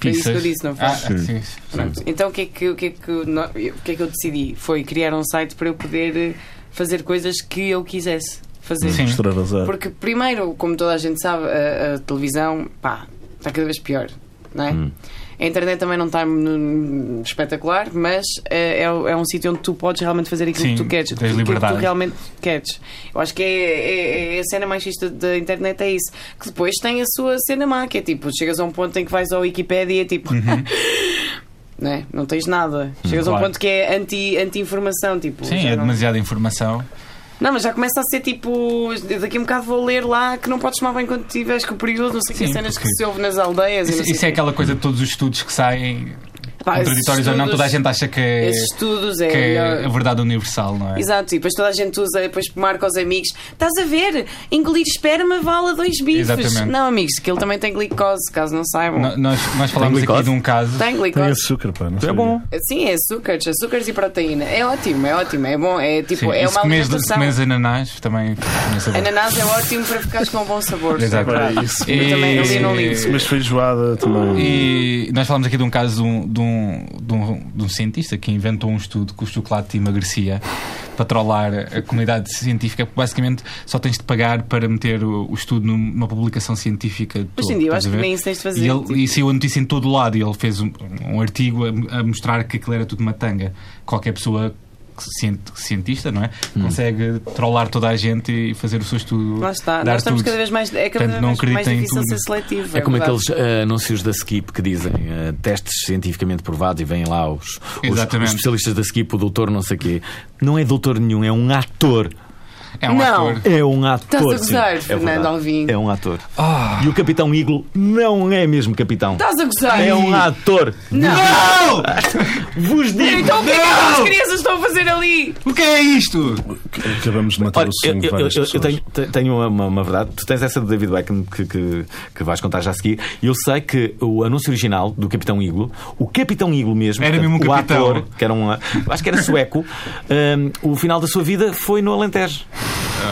Foi isso que eu
Pizzas?
disse, não foi?
Ah, sim. Pronto.
Então o que, é que, o, que é que, nó- o que é que eu decidi? Foi criar um site para eu poder eh, fazer coisas que eu quisesse fazer.
Sim.
Extravasar.
Porque, primeiro, como toda a gente sabe, a, a televisão pá, está cada vez pior. não é?
Hum.
A internet também não está hum, espetacular, mas eh, é, é um sítio onde tu podes realmente fazer aquilo
Sim,
que tu queres,
tens
aquilo que
liberdade.
tu realmente queres. Eu acho que é, é- é a cena mais chista da internet é isso. Que depois tem a sua cena má, que é tipo, chegas a um ponto em que vais ao Wikipedia e é tipo. [LAUGHS] Não, é? não tens nada. Chegas
Uhum. Hum,
a um
Claro.
ponto que é anti- anti-informação. tipo,
Sim,
já
é
não-
demasiada informação.
não, mas já começa a ser tipo. Daqui a um bocado vou ler lá que não podes tomar bem quando tiveres com o período, não sei que
Sim,
cenas que
porque-
se ouve nas aldeias. e
Isso,
não sei
isso é
quê.
aquela coisa de todos os estudos que saem,
Pá, esses
contraditórios ou não, toda a
estudos-
gente acha que é,
Esses estudos é.
que é
melhor.
a verdade universal, não é?
Exato, e depois toda a gente usa, depois marca aos amigos. Estás a ver? Engolir esperma vale a dois bifes.
Exatamente.
Não, amigos, que ele também tem glicose, caso não saibam.
No- Nós, nós falámos aqui
glicose?
de um caso.
Tem
Tem
glicose.
açúcar, pá. Não
É
sabia.
bom.
Sim, é açúcares, açúcares e proteína. É ótimo, é ótimo, é bom, é tipo,
Sim,
é
e se
uma
comes, se
alimentação.
comes ananás, também. começa a-
Ananás é ótimo para ficares com um bom sabor.
Exato.
sim,
Pá,
claro.
isso.
Tá. Eu também eu li num livro.
Mas feijoada
Hum.
também.
E nós falamos aqui de um caso de um, de um, de um- de um cientista que inventou um estudo que o chocolate emagrecia para trollar a comunidade científica, porque basicamente só tens de pagar para meter o, o estudo num- numa publicação científica. de
Hoje em
topo,
dia eu
estás
acho
a
que
ver?
nem isso tens de fazer. Tipo,
E, ele, e saiu a notícia em todo lado e ele fez um, um artigo a, a mostrar que aquilo era tudo uma tanga. Qualquer pessoa que se sente- cientista, não é? Consegue trollar toda a gente e fazer o seu estudo.
Hum. Lá está.
dar
Nós estamos
tudo.
cada vez mais. É cada
Portanto, não
vez mais
acreditem em
difícil
tudo.
ser seletivo.
É como
verdade.
aqueles eh, anúncios da Skip que dizem eh, testes cientificamente provados e vêm lá os, os-
Exatamente.
os especialistas da Skip, o doutor não sei quê. Não é doutor nenhum, é um ator.
É um
Não.
ator.
É um ator.
Estás a
sim.
gozar,
É
Fernando
verdade.
Alvim.
É um ator.
Ah.
E o Capitão Eagle não é mesmo capitão.
Estás a gozar?
É um ator.
Não!
Vos digo.
[LAUGHS] Então o que é que aquelas crianças estão a fazer ali?
O que é isto?
Acabamos de matar
Olha,
o
eu,
sonho de
eu-
várias
eu- eu
pessoas.
tenho, te- tenho uma, uma- uma verdade. Tu tens essa do David Beckham que, que, que vais contar já a seguir. Eu sei que o anúncio original do Capitão Iglo, o Capitão Iglo mesmo,
Era mesmo um
o
capitão.
ator, que era um, acho que era sueco, hum, o final da sua vida foi no Alentejo.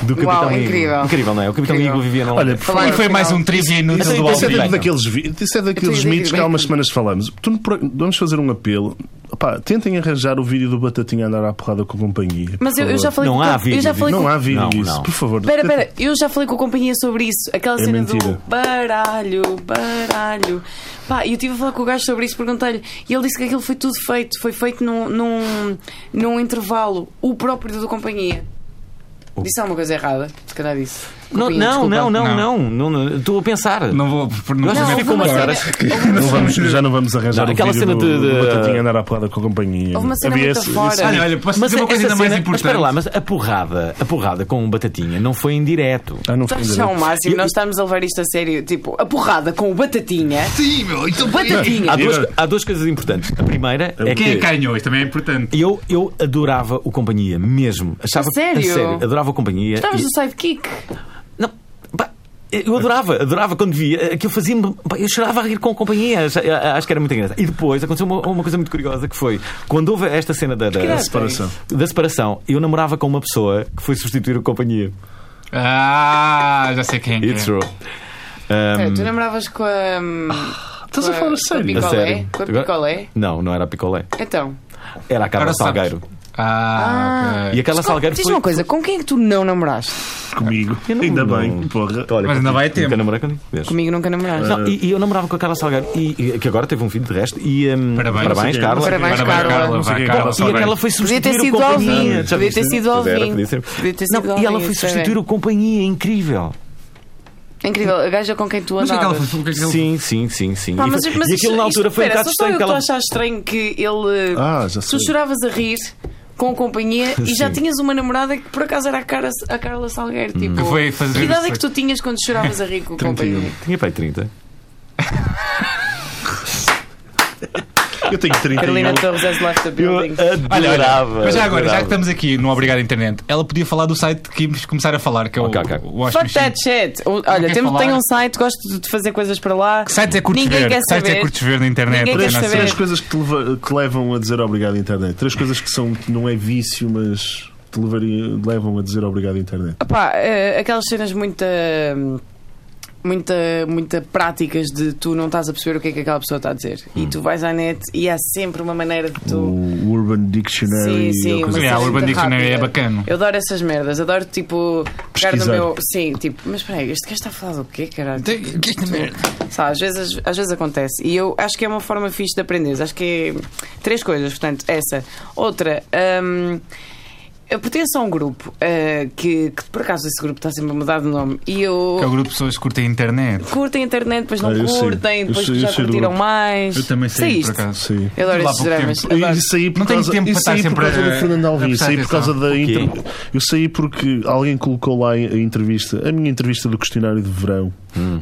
Do Capitão Iglo.
incrível.
Incrível, não é? O Capitão
Ah. Incrível.
Iglo vivia no
Olha,
Alentejo.
por
Falar
E foi
no
mais
final.
um trivia
Isso,
inútil do
isso é
Alvin.
Alvin.
dentro daqueles, vi- isso é daqueles
Então,
mitos que há umas
bem-
semanas falamos. Tu não pro- vamos fazer um apelo. Opá, tentem arranjar o vídeo do Batatinha a andar à porrada com a companhia.
Mas
por
eu, eu já
favor.
falei
Não
com
há
eu
vídeo
já falei
disso.
com-
Não há vídeo
Não,
disso,
não.
por favor.
Espera, espera, eu já falei com a companhia sobre isso. Aquela cena
mentira.
do baralho, baralho. Pá, e eu estive a falar com o gajo sobre isso, perguntei-lhe. E ele disse que aquilo foi tudo feito. Foi feito num, num, num intervalo. O próprio da companhia. Disse alguma coisa errada, se calhar disse.
Não,
Companhia,
não,
desculpa.
não, não,
Não.
não, não, não. Estou a pensar.
Não vou. Por, não
Não,
vou
houve
ficou
uma
uma
cena-
cara.
[LAUGHS]
houve uma
Não
cena-
vamos- já não vamos arranjar
Não,
o
aquela
vídeo
cena
do,
de- de-
do Batatinha a andar à porrada com a companhia.
Houve uma cena muito
esse-
fora.
esse-
Olha, olha, posso
Mas
dizer uma coisa
essa
ainda mais
cena- mas
importante.
espera lá, mas a porrada, a porrada com o Batatinha não foi em direto.
Ah, não foi
Estás só
direito.
o máximo,
Eu-
nós estamos a levar isto a sério. Tipo, a porrada com o batatinha.
Sim, meu, então
Batatinha.
Há duas,
Eu-
há duas coisas importantes. A primeira é
Quem é
que
que ganhou? Isto também é importante.
eu, eu adorava o companhia, mesmo. Achava,
A sério?
adorava o companhia.
Estavas
E-
no sidekick.
Não, pá, eu adorava, adorava quando via. Aquilo fazia-me. pá, Eu chorava a rir com a companhia. Acho, acho que era muito engraçado. E depois aconteceu uma, uma coisa muito curiosa que foi quando houve esta cena da, da,
Que idade
da
tens?
Separação.
da separação, eu namorava com uma pessoa que foi substituir o companhia.
Ah, já sei quem é que
It's
é.
true.
Pera,
Um,
É, tu namoravas com a.
Hum. Ah, Estás a falar sério?
a
picolé?
sério.
Com a
Agora-
picolé?
Não, não era a picolé.
Então.
Era a Carla
Agora sabes.
Salgueiro.
Ah, ok.
E a Carla Salgueiro
Diz
foi.
uma coisa, com quem é que tu não namoraste?
comigo.
Eu não-
Ainda
não-
bem, porra.
Olha,
Mas ainda vai
nunca
tempo.
namorei com ninguém. Vês?
Comigo nunca namoraste.
Não, e, e eu namorava com a Carla Salgueiro, e, e- que agora teve um filho de resto, e hum,
Parabéns.
parabéns
Não sei
Carla.
quem.
Parabéns,
Parabéns,
Carla.
Carla.
Não sei
Vai,
quem é
Carla.
Carla.
E
parabéns.
aquela foi
Podia
substituir
ter
o
sido ao
companhia.
vinho.
Já
Podia
viste?
ter sido ao
Pois era, podia
vinho.
ser.
Podia ter sido
Não,
ao
e ela
vinho,
foi
isso é.
substituir o companhia, é incrível.
Incrível, a gaja com quem tu
Mas o que é que ela
andavas.
foi? O que é que ela-
Sim, sim, sim, sim.
Pá,
E
mas,
foi-
mas
e
isto-
aquilo na
isto-
altura foi um
espera,
bocado
só só
estranho. que
eu estou a
ela-
achar estranho que ele.
Ah, já
tu
sei.
choravas a rir com a companhia e já
Sim.
tinhas uma namorada que por acaso era a, cara, a Carla Salgueiro. Tipo,
Hum. Que foi fazer
que idade é que
isso.
tu tinhas quando choravas a rir com a companhia?
um. Tinha pai 30.
Eu tenho 31.
Carolina Torres has left the
Eu eh,
building.
Olha,
adorava.
olha, mas já agora, já que
adorava.
estamos aqui no Obrigado Internet, ela podia falar do site que íamos começar a falar, que é o,
Ok, ok.
o Washington.
Fuck that shit! O-
Não
Olha,
queres
temos,
falar?
tenho um site, gosto de fazer coisas para lá.
Que sites é curtos
Ninguém
ver?
quer
Que sites
saber.
é curtos ver na internet?
Ninguém
é
quer
a nossa-
saber.
Três coisas que te, leva- que levam a dizer obrigado à internet. Três coisas que são que não é vício, mas te levaria- levam a dizer obrigado à internet.
Opá, eh, aquelas cenas muito. eh, muita, muita práticas de tu não estás a perceber o que é que aquela pessoa está a dizer. E tu vais à net e há sempre uma maneira de
Uh.
tu.
O Urban Dictionary.
Sim, sim,
ou
uma
coisa-
Sim,
cena
a
assim.
Urban
muito
Dictionary
rápida.
é bacana.
Eu adoro essas merdas, adoro tipo. Pegar no
Pesquisar.
meu. Sim, tipo, mas espera aí, este gajo está a falar do quê, caralho?
é
Sabe, às vezes, às vezes acontece. E eu acho que é uma forma fixe de aprender. Acho que é três coisas, portanto, essa. Outra, hum, eu pertenço a um grupo ah, que, que, por acaso esse grupo está sempre a mudar de nome. E
Que é o
eu
grupo de pessoas que curtem a internet.
curtem a internet, depois não
Ah, eu sei.
curtem,
Eu
depois
sei, eu
já
sei do
curtiram
grupo.
mais.
Eu também saí, por
Saíste?
acaso.
Sim.
Eu adoro
Lá há
esses
pouco
dramas.
tempo.
Adoro.
E saí por
Não tenho
causa,
tempo
eu
para
saí
estar
por
sempre
causa
a-
do Fernando
a
Alvim,
prestar
saí por causa da
quê?
inter... Eu saí porque alguém colocou lá a entrevista, a minha entrevista do questionário de verão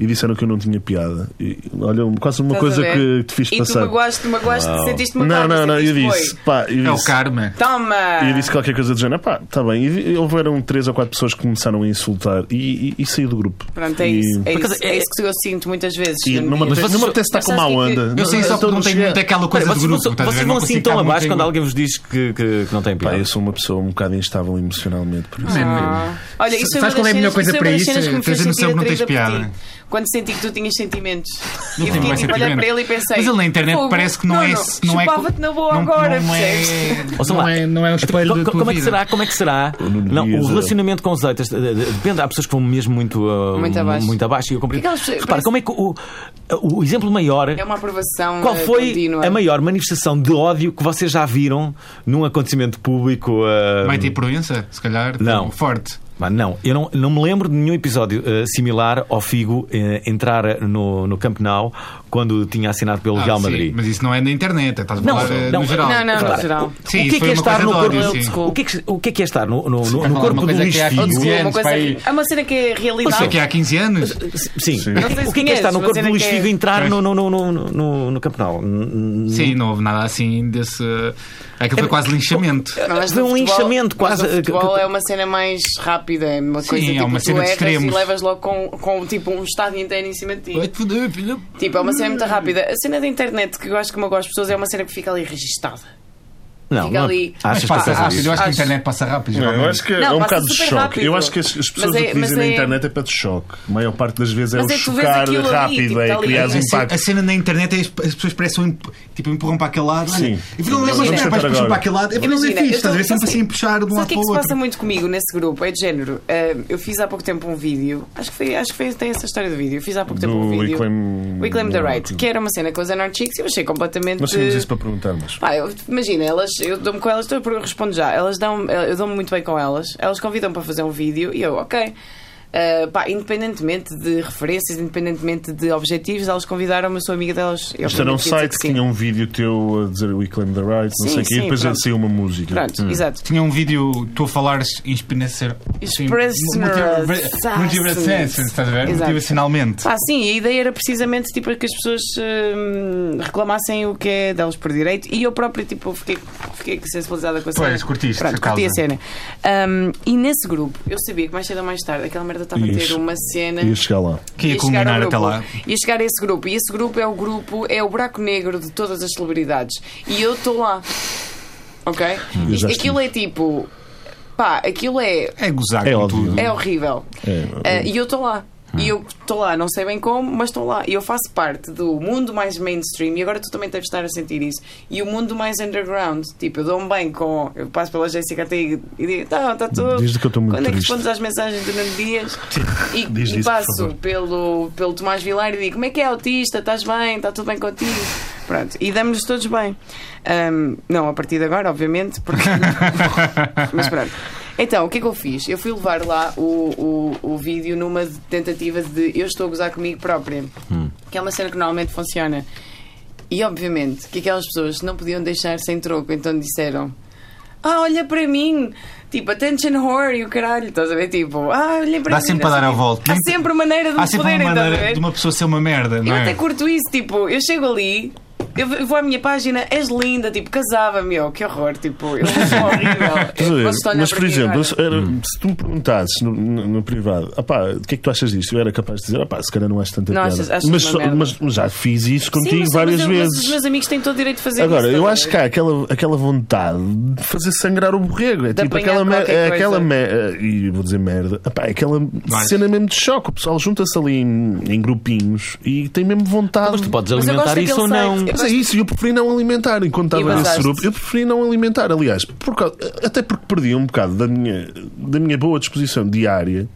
e disseram que eu não tinha piada. E, olha, quase uma
Estás
coisa
a ver?
que te fiz
e
passar.
tu magoaste, magoaste, sentiste
Não,
magoado,
não, não, eu
sentiste,
disse,
"Oi,
pá, eu
É o
disse-
carma.
Toma!
E eu disse qualquer coisa do género, pá, tá bem. E, e houveram três ou quatro pessoas que começaram a insultar e, e, e saí do grupo.
Pronto, é
E-
isso. É
Por
isso,
acaso,
é
é-
isso que eu sinto muitas vezes.
E não me
Mas
apetece
vocês-
não me apetece estar tá com
mas sabes
mau
que é que-
anda.
Eu sei só que
Então
não tenho
cheguei-
muito aquela
Pera,
coisa de
vocês,
grupo. tá
vão,
estás a ver?
vocês
Não
vão assim
consigo
tão
estar muito
abaixo
em
quando
grupo.
alguém vos diz que, que- que não tem
Pá,
piada.
eu sou uma pessoa um bocado instável emocionalmente, por isso. é
Ah. Olha, isso
Sabes qual é a melhor coisa para isso?
É
Tens a noção que não tens piada.
Quando senti que tu tinhas sentimentos.
Não
e
tem
fiquei
assim.
mais
tipo, olhei
sentimento.
para ele e pensei.
Mas ele na internet
"Fogo,
parece que não, é. Não é
Chupava-te na boa
não-
agora,
não é- [LAUGHS]
percebes?
Ou sei
não
lá,
é- Não é um espelho
Co-
da
co-
tua
Como é que
vida.
será? Como é que será?
Nuno
Não,
Dias,
o
é.
relacionamento com os haters eh, eh, depende. Há pessoas que vão mesmo muito, eh,
Muito abaixo.
muito abaixo. E eu compreendo.
Aquelas-
Repara,
parece-
como é que o, o exemplo maior.
É uma aprovação
Qual
eh,
foi
contínua.
a maior manifestação de ódio que vocês já viram num acontecimento público? eh,
Vai ter proença, se calhar.
Não.
Forte.
mas não, eu não, não me lembro de nenhum episódio eh, similar ao Figo eh, entrar no, no Camp Nou quando tinha assinado pelo
Ah,
Real
sim,
Madrid.
Mas isso não é na internet, é, estás a
Não,
falar eh,
não,
no geral.
Não, não, no
Repara,
geral.
o
Sim, isso
que é que
foi
é
uma
estar
coisa
no
de
corpo?
ódio,
sim.
O que é que, o que é que é estar no, no- no- no
falar
corpo
uma
do
coisa
Luís
que é
Figo?
há
Outro-
15
uma
anos,
coisa
vai-
que- É uma cena que é
Isso é
realidade.
que há 15 anos.
Sim.
Sim.
O que é que- O que é que é estar no
Mas
corpo do
ainda
Luís
que é-
Figo e entrar no, no, no, no, no, no Camp Nou?
Sim,
hum.
não houve nada assim desse. Aquilo
É,
foi quase linchamento.
Não, mas
Foi
no
um
futebol-
linchamento
mas
quase.
no futebol é uma cena mais rápida, é uma
Sim,
coisa
é
tipo
uma
tu
cena de
erras e
extremos.
levas logo com, com tipo um estádio inteiro em cima de ti.
Vai-te foder, filho.
Tipo, é uma cena muito rápida. A cena da internet que eu acho que me gosto de pessoas é uma cena que fica ali registada.
Não,
Fica
não.
ali.
Mas
Achas que
passa
acontece
rápido.
isso?
ah, Eu acho que a
Acho.
internet passa rápido.
Não, eu
geralmente.
acho que é
Não,
um
passa
bocado de
super
choque.
rápido.
Eu acho que as, as pessoas
Mas é-
o que dizem
mas
na
é-
internet é para de choque. A maior parte das vezes é
Mas
o
é tu vês
chocar
aquilo ali,
rápido,
tipo,
é
tá ali.
criar
A ce-
impacto.
A cena na internet é as, as pessoas parecem imp- tipo, empurram para aquele lado.
Sim.
Olha, Afinal, não é
Vamos
mais
tentar
para
agora.
para aquele lado. Afinal, é
Imagina,
fixe.
eu
Estás a ver
estou-
sempre assim a puxar de um
Sabe o
lado
que
para
é que
o
se passa
outro.
muito comigo nesse grupo? É de género. ah, eu fiz há pouco tempo um vídeo. Acho que foi, acho que foi tem essa história do vídeo. Eu fiz há pouco tempo
Do
um vídeo.
We Claim-
We Claim the Right, que era uma cena com as Anarchics e eu achei completamente.
Nós tínhamos isso para perguntar, mas.
Pá, eu- imagina, elas, eu dou-me com elas, estou eu respondo já. Elas dão, eu dou-me muito bem com elas. Elas convidam para fazer um vídeo e eu, ok. Ah, pá, independentemente de referências, independentemente de objetivos, elas convidaram-me, eu sou amiga delas. Eu
Isto era um
obviamente ia dizer
site que
sim.
tinha um vídeo teu a dizer We Claim the Right, não
Sim,
sei o quê, e
sim,
depois é
pronto.
saiu uma música. Hum.
Pronto, exato.
Tinha um vídeo, tu a falares inspiração.
Inspirational
Motivação, estás a ver?
Exato.
Motivacionalmente.
Pá, sim, a ideia era precisamente tipo, que as pessoas hum, reclamassem o que é delas por direito e eu própria tipo, fiquei, fiquei sensibilizada com a cena.
Pois, curtiste
Pronto,
a
curti a
causa.
cena. Hum, e nesse grupo, eu sabia que mais cedo ou mais tarde aquela merda estava a ter
Isso.
uma cena.
Ia chegar lá.
Que ia
Ia chegar
culminar
ao
até
grupo.
lá.
Ia chegar a esse grupo. E esse grupo é o grupo, é o buraco negro de todas as celebridades. E eu estou lá. Ok?
Eu já
Isto- aquilo é tipo. Pá, aquilo é.
É gozar
É
com
óbvio.
tudo.
É horrível.
É,
Ah, e eu estou lá. E eu estou lá, não sei bem como, mas estou lá. E eu faço parte do mundo mais mainstream, e agora tu também deves estar a sentir isso. E o mundo mais underground. Tipo, eu dou-me bem com. Eu passo pela Jéssica até e e digo: tá, tá tudo.
Diz-lhe que eu estou muito
Quando é que
triste.
respondes às mensagens do
[LAUGHS]
Nuno Dias? E,
Diz
e
isso, por
passo
favor.
pelo, pelo Tomás Vilar e digo: Como é que é autista? Estás bem? Está tudo bem contigo? Pronto, e damos-nos todos bem. Ahm, não a partir de agora,
[LAUGHS]
obviamente, porque [LAUGHS] mas pronto. Então, o que é que eu fiz? Eu fui levar lá o, o, o vídeo numa tentativa de eu estou a gozar comigo própria.
Hum.
Que é uma cena que normalmente funciona. E obviamente que aquelas pessoas não podiam deixar sem troco, então disseram: Ah, olha para mim! Tipo, attention whore e o caralho, estás a ver? Tipo, ah, olha para
Dá
mim!
sempre para
não sei
dar a
quê."
volta.
Há
Nem-
sempre maneira de
Há
me
sempre
poderem,
uma
estás a
maneira
ver?
é?
de uma pessoa ser uma merda,
Eu
não
até
é?
curto isso, tipo, eu chego ali, Eu vou à minha página, és linda, tipo, casava-me, eu, que horror, tipo,
[LAUGHS]
eu sou
Estás a
horrível.
ver?
Posso-te olhar
Mas,
para
por
ti
exemplo,
agora?
eu- era- se tu me perguntasses no, no- no privado, "Ah pá, o que é que tu achas disto? Eu era capaz de dizer, "Ah pá, se calhar não acho tanta
Não,
piada.
achas- achas
mas,
uma
só-
merda.
mas já fiz isso
Sim,
contigo
mas-
várias
mas eu- mas os
vezes.
meus amigos têm todo o direito de fazer
Agora,
isso,
eu
tá
acho
bem?
que há aquela, aquela vontade de fazer sangrar o borrego. É
De
tipo
apanhar
aquela, mer-
qualquer
é
coisa.
aquela mer- e vou dizer merda, Epá, é aquela cena mesmo de choque. O pessoal junta-se ali em, em grupinhos e tem mesmo vontade.
Então, Mas tu podes
Mas eu gosto
alimentar isso ou
daquele
não.
site.
Mas é isso, eu preferi não alimentar. Enquanto
E
estava nesse
vazaste.
grupo, eu preferi não alimentar. Aliás, por causa- até porque perdi um bocado da minha, da minha boa disposição diária.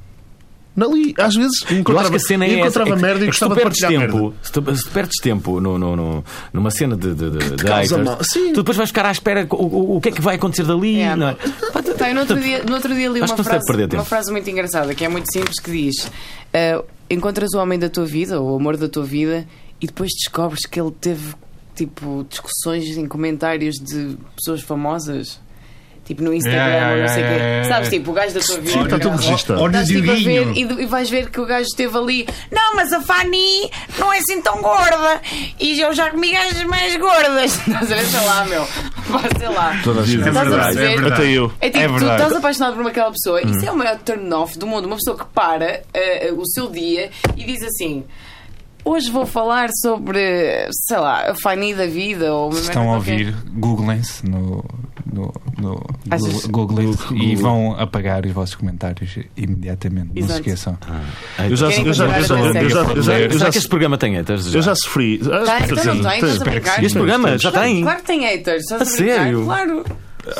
Ali, às vezes,
Eu
encontrava,
acho que a cena é essa.
encontrava
é que-
merda
é
e
que se tu
gostava de
perdes
partilhar merda.
tempo, se tu, se tu perdes tempo no, no- no- numa cena de, de, de, de
causa
haters,
mal. Sim.
tu depois vais ficar à espera o, o, o que é que vai acontecer dali.
É.
não é?
Pá, eu no outro dia, no outro dia
[LAUGHS]
li
Acho que não se deve
uma frase,
perder tempo.
uma frase muito engraçada que é muito simples que diz: eh, encontras o homem da tua vida, ou o amor da tua vida, e depois descobres que ele teve tipo discussões em comentários de pessoas famosas. Tipo no Instagram
Yeah, yeah,
ou não sei o
yeah,
quê.
yeah, yeah.
Sabes, tipo, o gajo da tua vida.
Sim, está tá tudo registado.
Olha o
Estás, tipo, a ver,
Dioguinho.
e, e vais ver que o gajo esteve ali. Não, mas a Fanny não é assim tão gorda. E eu já comi gajas mais gordas. [LAUGHS] Estás a ver? Sei lá, meu. [LAUGHS] Pá, Sei lá.
É
Estás a
verdade, é
perceber?
verdade.
Até eu.
É tipo,
É
tu
verdade.
estás apaixonado por uma aquela pessoa,
Uhum.
isso é o maior turn-off do mundo. Uma pessoa que para eh, eh, o seu dia e diz assim. Hoje vou falar sobre, sei lá, a Fanny da vida ou uma
Se
merda
estão a
qualquer."
ouvir, googlem-se no, no, no
Achas-
Google e
Google.
vão apagar os vossos comentários imediatamente. Não se
Exato.
esqueçam.
Eu já,
Querem
eu já, eu já,
continuar a
eu já,
série?
eu já, eu
Será
já,
que este programa tem haters? Já?
eu já sofri. Ah,
Tá,
quer
então
dizer,
não tem,
tens-
estás a brincar?
Este programa já tá-
Claro,
tem.
claro que tem haters, estás a,
A
brincar?
sério?
Claro.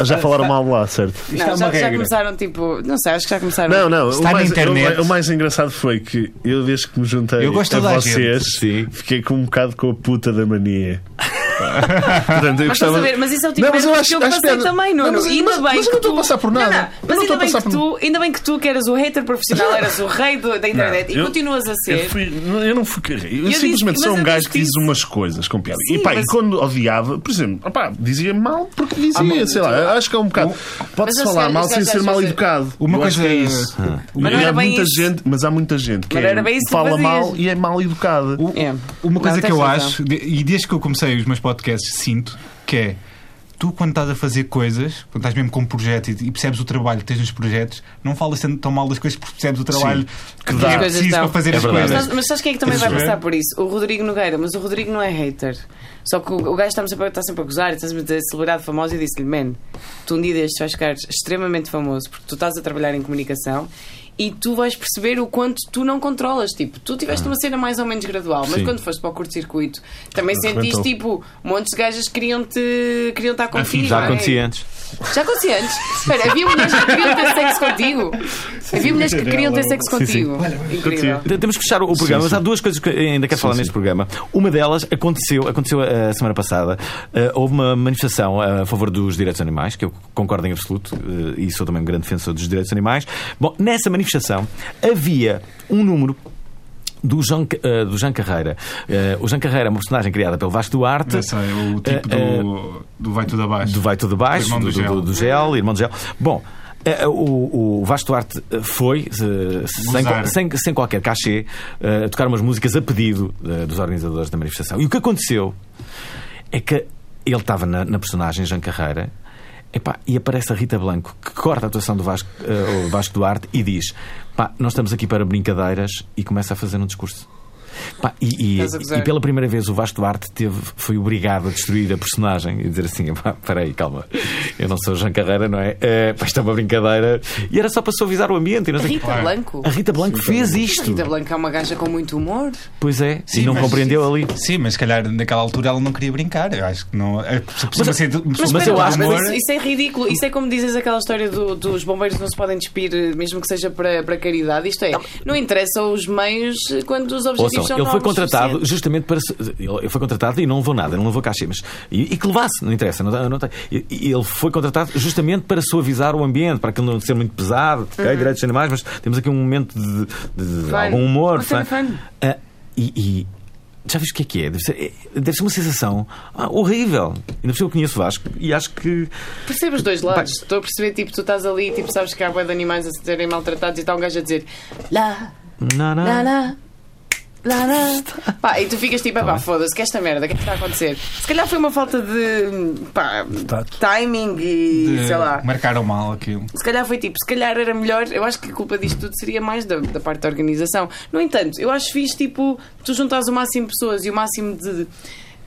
Já falaram mal lá, certo?
Não,
é
já,
uma
já
regra.
começaram tipo. Não sei, acho que já começaram.
Não, não.
Está
o
na
mais,
internet.
O, o mais engraçado foi que eu, desde que me juntei
Eu gosto
a
de toda a
vocês,
gente. Sim.
fiquei com um bocado com a puta
[LAUGHS]
da mania. Portanto, eu
Mas estás a ver, mas isso é o tipo
Não,
de
mas
merda
eu
que
acho-
eu
acho
passei
piada.
também,
Não,
Nuno.
mas-
E ainda
mas-
bem
mas eu
que
não estou a
tu-
passar por nada.
Não,
Eu
não,
não
mas
estou a
ainda bem,
passar
que
por
tu, ainda bem que tu, que eras o hater profissional, eras o rei do- da internet e
eu-
continuas a
Eu,
ser.
fui- não, eu não fui carreira. Eu,
Eu disse-
simplesmente
mas
sou um
eu
gajo
disse
que diz
isso.
umas coisas com piada. e
Sim,
pá, e
mas-
quando odiava, por exemplo, opá, dizia mal porque dizia,
mas-
sei lá, acho que é um bocado. Pode-se
Mas eu
falar
sei,
mal
eu
sem
sei,
ser
eu
mal
sei.
educado.
Uma
eu acho
coisa-
que é isso.
Mas
E
não
há
era bem
muita
isso.
gente, mas há muita gente que
Mas
é-
não era bem isso que
fala
fazias.
mal e é mal educada.
O-
É.
Uma coisa
Não,
que
tens
eu
razão.
acho, de- e desde que eu comecei os meus podcasts, sinto que é tu, quando estás a fazer coisas, quando estás mesmo com um projeto e, e percebes o trabalho que tens nos projetos, não falas tanto tão mal das coisas porque percebes o trabalho que,
dá.
é
Coisas
preciso
dão.
para fazer
É
as
verdade.
coisas.
Mas, mas sabes quem é que também vai
Sim.
passar por isso? O Rodrigo Nogueira, mas o Rodrigo não é hater. Só que o, o gajo está sempre, está sempre a gozar e está sempre a dizer celebridade famosa e disse-lhe: Man, tu um dia destes vais ficar extremamente famoso porque tu estás a trabalhar em comunicação e tu vais perceber o quanto tu não controlas. Tipo, tu tiveste uma cena mais ou menos gradual, mas
Ah. Sim. então.
quando foste para o curto-circuito também
Arrebentou.
sentiste tipo montes de gajas queriam-te queriam estar contigo.
Já
não é?
acontecia antes.
Já acontecia antes. Espera, havia mulheres que queriam ter sexo contigo. Havia mulheres que queriam
é
ter sexo contigo. Incrível.
T- Temos que fechar o programa, mas há duas coisas que ainda quero falar neste programa. Uma delas aconteceu, aconteceu a semana passada. Eh, houve uma manifestação eh, a favor dos direitos animais, que eu concordo em absoluto, eh, e sou também um grande defensor dos direitos animais. Bom, nessa manifestação havia um número do Jean, eh, do Jean Carreira. Eh, o Jean Carreira é uma personagem criada pelo Vasco Duarte.
Eu sei, o tipo
Eh, eh,
do, do vai tudo abaixo.
do Vai Tudo Baixo,
Irmão
do,
do
do-
Gel.
do Gel, Irmão do Gel. Bom, eh, o, o Vasco Duarte eh, foi,
Um
eh, sem,
Gozar.
qual- sem, sem qualquer cachê, eh, tocar umas músicas a pedido eh, dos organizadores da manifestação. E o que aconteceu é que ele estava na, na personagem Jean Carreira. Epá, e aparece a Rita Blanco que corta a atuação do Vasco, eh, o Vasco Duarte e diz: pá, nós estamos aqui para brincadeiras e começa a fazer um discurso. Pá, e, e-
Estás a gozar.
e pela primeira vez o Vasco Duarte teve, foi obrigado a destruir a personagem e dizer assim: "Epá, peraí, calma, eu não sou Jean Carreira, não é? Eh, pá, isto é uma brincadeira. E era só para suavizar o ambiente. E não
A
sei o quê.
Rita Blanco?
a Rita Blanco fez
A
isto.
Rita Blanco é uma gaja com muito humor.
Pois é,
Sim,
e não
mas-
compreendeu ali.
Sim, mas se calhar naquela altura ela não queria brincar. Eu acho que não. é- Se a pessoa
Mas-
ser de- uma
mas
pessoa
eu
de
acho-
humor-
Mas isso, isso é ridículo. Isso é como dizes aquela história do- dos bombeiros que não se podem despir, eh, mesmo que seja para, para caridade. Isto é, não interessa os meios eh, quando os objetivos
Ouçam,
são
ele foi
nobres
contratado
suficientes.
justamente para. se- Ele ele foi contratado e não levou nada, não levou cachê, mas. E, e que levasse, não interessa. Não, tem- não tem- e- e ele foi contratado justamente para suavizar o ambiente, para aquilo não ser muito pesado, ok,
Uhum.
direitos dos animais, mas temos aqui um momento de, de- de
Fun.
algum humor.
Uma cena
fun.
fun.
Ah, e. e já viste o que é que é? Deve ser, é- deve ser uma sensação ah, horrível. Ainda por cima eu conheço o Vasco e acho que.
Percebo os dois lados. Estou a perceber, tipo, tu estás ali, tipo, sabes
Ah.
que há boia de animais a serem maltratados e está um gajo a dizer lá,
Não, não.
lá, lá. lá, lá. Pá, e tu ficas tipo, pá, foda-se, que esta merda, o que é que está a acontecer? Se calhar foi uma falta de pá,
Tato.
timing e
De-
sei lá.
Marcaram mal aquilo.
Se calhar foi tipo, se calhar era melhor. Eu acho que a culpa disto tudo seria mais da, da parte da organização. No entanto, eu acho fixe, tipo, tu juntares o máximo de pessoas e o máximo de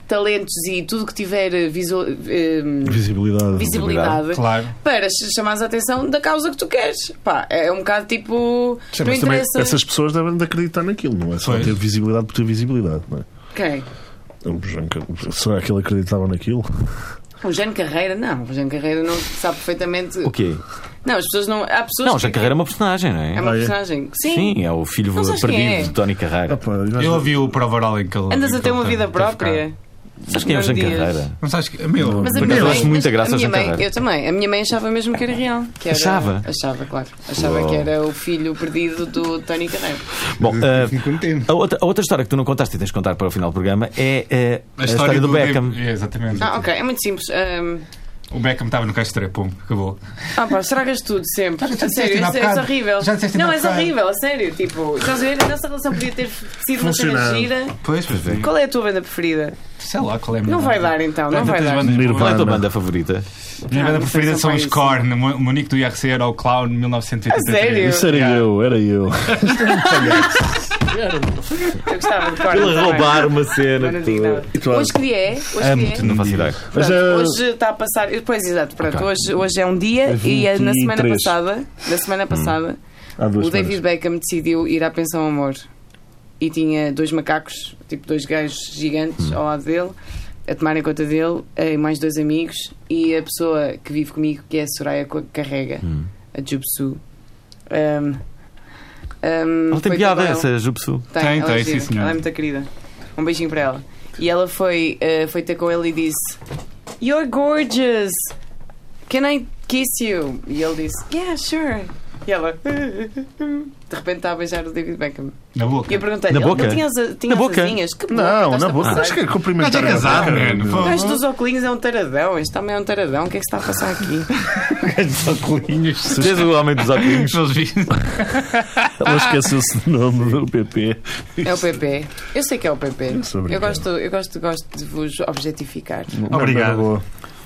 talentos e tudo que tiver eh, visual, eh,
Visibilidade.
visibilidade
Claro.
para ch- chamares a atenção da causa que tu queres. Pá, é um bocado tipo.
Sim,
não
mas também
interessa.
essas pessoas devem de acreditar naquilo, não é? Só
Pois.
ter visibilidade por ter visibilidade, não é?
Quem?
O Jean Car- Será É um que ele acreditava naquilo?
O Jane Carreira, não. O Jane Carreira não sabe perfeitamente.
O quê?
Não, as pessoas não. Há pessoas.
Não,
que-
Jean Carreira é uma personagem, não
É
é?
uma
Ah, é?
personagem. Sim.
Sim, é o filho
Não sabes
perdido
quem é?
de Tony
Ah,
Carreira.
pá, gajo-
Eu ouvi o Provarola em que ele.
Andas
em
a
que
ter
ele
uma
tem-
vida
teve cá.
própria.
Sabes quem é o Jean
Dias.
Carreira?
Não sabes que. Meu,
Mas a
Por
minha
acaso
mãe,
acho muita graça
a minha
ao Jean
mãe,
Carreira.
eu também. A minha mãe achava mesmo que era real. Que era-
Achava?
Achava, claro. Achava
Uau.
que era o filho perdido do Tony Carreira.
Bom, ah,
Fico contente.
a, outra, a outra história que tu não contaste e tens de contar para o final do programa é eh,
A história
do, Beckham.
É, exatamente.
Ah, ok. É muito simples. Ahm,
O Beckham estava no caixa de trem, pum, acabou.
Ah, pá, estragas tudo sempre.
Já
A
disseste
sério,
ainda há
isso é
bocado.
horrível.
Já disseste ainda
Não,
há
és
bocado.
horrível, a sério. Tipo, estás a ver? A nossa relação podia ter sido uma cena
Funcionado.
gira.
Pois, pois é.
Qual é a tua banda preferida?
Sei lá qual é a minha
Não vai dar então, não vai dar.
Qual é a tua
Nirvana.
banda favorita?
Minha
Ah,
banda
não sei
preferida
se
são
foi
os
isso.
Korn, Mo- Monique do IRC era o Clown
A sério?
1983.
Isso era
Yeah.
eu, era eu.
Eu gostava de Korn.
Ele
também.
roubar uma cena.
Não é? digo nada.
tu-
Hoje que dia é? Hoje que
Amo-te,
dia é?
Não faço ideia.
Mas,
Pronto,
ah,
hoje está a passar. Pois exato, pronto.
Ok.
Hoje, hoje é um dia e ah, na semana
23.
passada, na semana passada,
há Hum, duas
o David
semanas.
Beckham decidiu ir à pensão amor e tinha dois macacos, tipo dois gajos gigantes
Hum.
ao lado dele, a tomarem conta dele, eh, e mais dois amigos, e a pessoa que vive comigo, que é a Soraya Co- Carrega,
Hum.
a Jubsu. Um, um,
Ela
foi
tem piada
com ela.
essa,
[LAUGHS]
Jupsu.
Tem,
Tem,
ela é
tem,
gira.
sim, senhora.
Ela é muito querida. Um beijinho para ela. E ela foi, eh, foi ter com ele e disse: You're gorgeous! Can I kiss you? E ele disse: Yeah, sure. E ela, [LAUGHS] de repente, está a beijar o David Beckham.
Na
E eu
boca.
perguntei:
Na
ele não
boca?
tinha as, tinha
Na
as
boca?
asinhas? Que boca
Não,
estás-te
na
a
boca.
passar?
Acho que é
Mas
cumprimentar.
é casado, mano.
Não.
O gajo dos óculos é um taradão. Este também é um taradão. O que é que se está a passar aqui?
Colinhos.
Tens o homem dos óculos.
Ela esqueceu-se do nome do PP.
É o PP. Eu sei que é o PP.
sou
Eu
brincando.
gosto, eu gosto, gosto de vos objetificar.
Obrigado.
Na boa.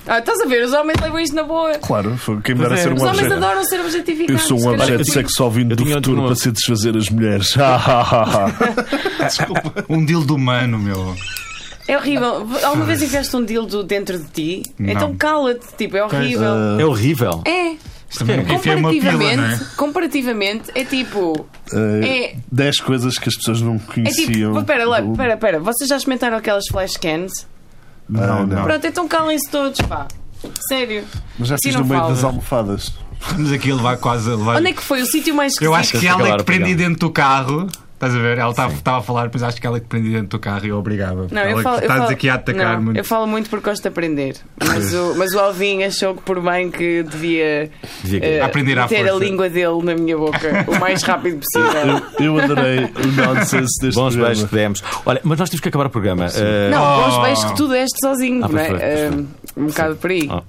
Ah, estás a ver? Os homens levam isto na boa.
Claro, foi quem me dera
Pois é.
ser um
Os homens
objeto.
adoram ser
Eu
objetificados.
sou um
se calhar
objeto
por isso.
sexual vindo
Eu
do
tinha
futuro
outro-
para ser desfazer as mulheres. [LAUGHS] Ha, ha, ha, ha.
Um dildo humano, meu.
É horrível. Alguma vez enfiaste um dildo dentro de ti?
Não.
Então cala-te, tipo, é horrível.
É horrível.
É.
Isto também nunca enfiei uma pila, não é?
Comparativamente, comparativamente, é tipo.
Eh,
É.
Dez coisas que as pessoas não
É tipo.
conheciam.
Espera, lá,
do-
espera, espera. Vocês já experimentaram aquelas flash cans?
Não, não.
Pronto, então calem-se todos, pá. Sério.
Mas já
Assim
fiz
não
no meio
fala.
das almofadas.
Estamos aqui a levar quase a levar.
Onde é que foi o sítio mais esquisito?
Eu acho que
Tens de
ela é
acabar,
que prendi
obrigado.
dentro do carro. Estás a ver? Ela estava estava a falar, mas acho que ela é que prendi dentro do carro e eu obrigava.
Não,
ela é
eu
que
falo, eu
estás
falo-
aqui a atacar
não,
muito.
Eu falo muito porque gosto de aprender. Mas o, mas o Alvin achou que por bem que devia
Devia Ah, que-
eh,
Aprender à
ter a
força.
língua dele na minha boca o mais rápido possível.
Eu adorei o nonsense deste
Bons
programa.
beijos que demos. Olha, mas nós temos que acabar o programa. Eh,
Não,
Oh.
bons beijos que tu deste sozinho,
Ah,
não é?
pois foi, pois
Ah, Um bocado por aí.
Ah.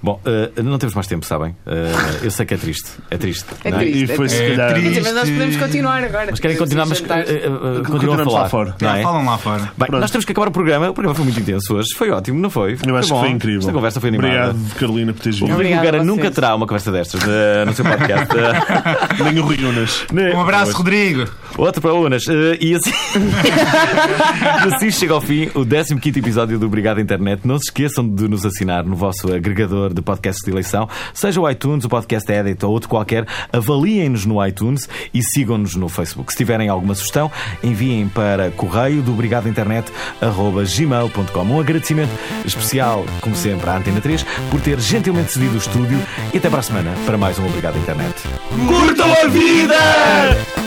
Bom, eh, não temos mais tempo, sabem? Eh, eu sei que é triste. É triste.
É
não
triste.
E foi se
É
calhar.
Quer
triste.
dizer, mas nós podemos continuar agora.
Mas querem continuar, mas
Jantar.
eh, eh, eh, continuam a
Continuamos
falar.
lá fora.
Não é?
Falam lá fora.
Bem, nós temos que acabar o programa. O programa foi muito intenso hoje. Foi ótimo, não foi?
Eu acho que
bom.
foi incrível.
Esta conversa foi animada.
Obrigado, Carolina, por teres
O
vindo.
Rodrigo Nogueira
Obrigada a vocês.
nunca terá uma conversa destas eh, no seu podcast.
[LAUGHS]
Eh,
Nem o Riunas.
Um abraço,
é
Rodrigo.
outro para o Unas. Eh, e assim... [LAUGHS] e assim chega ao fim o 15º episódio do Obrigado Internet. Não se esqueçam de nos assinar no vosso agregador de podcasts de eleição, seja o iTunes, o Podcast é Edit ou outro qualquer. Avaliem-nos no iTunes e sigam-nos no Facebook. Se tiverem alguma sugestão, enviem para correio do obrigadointernet.gmail.com Um agradecimento especial, como sempre, à Antena 3 por ter gentilmente
assim.
cedido o estúdio e até para a semana para mais um Obrigado Internet. Curtam a vida!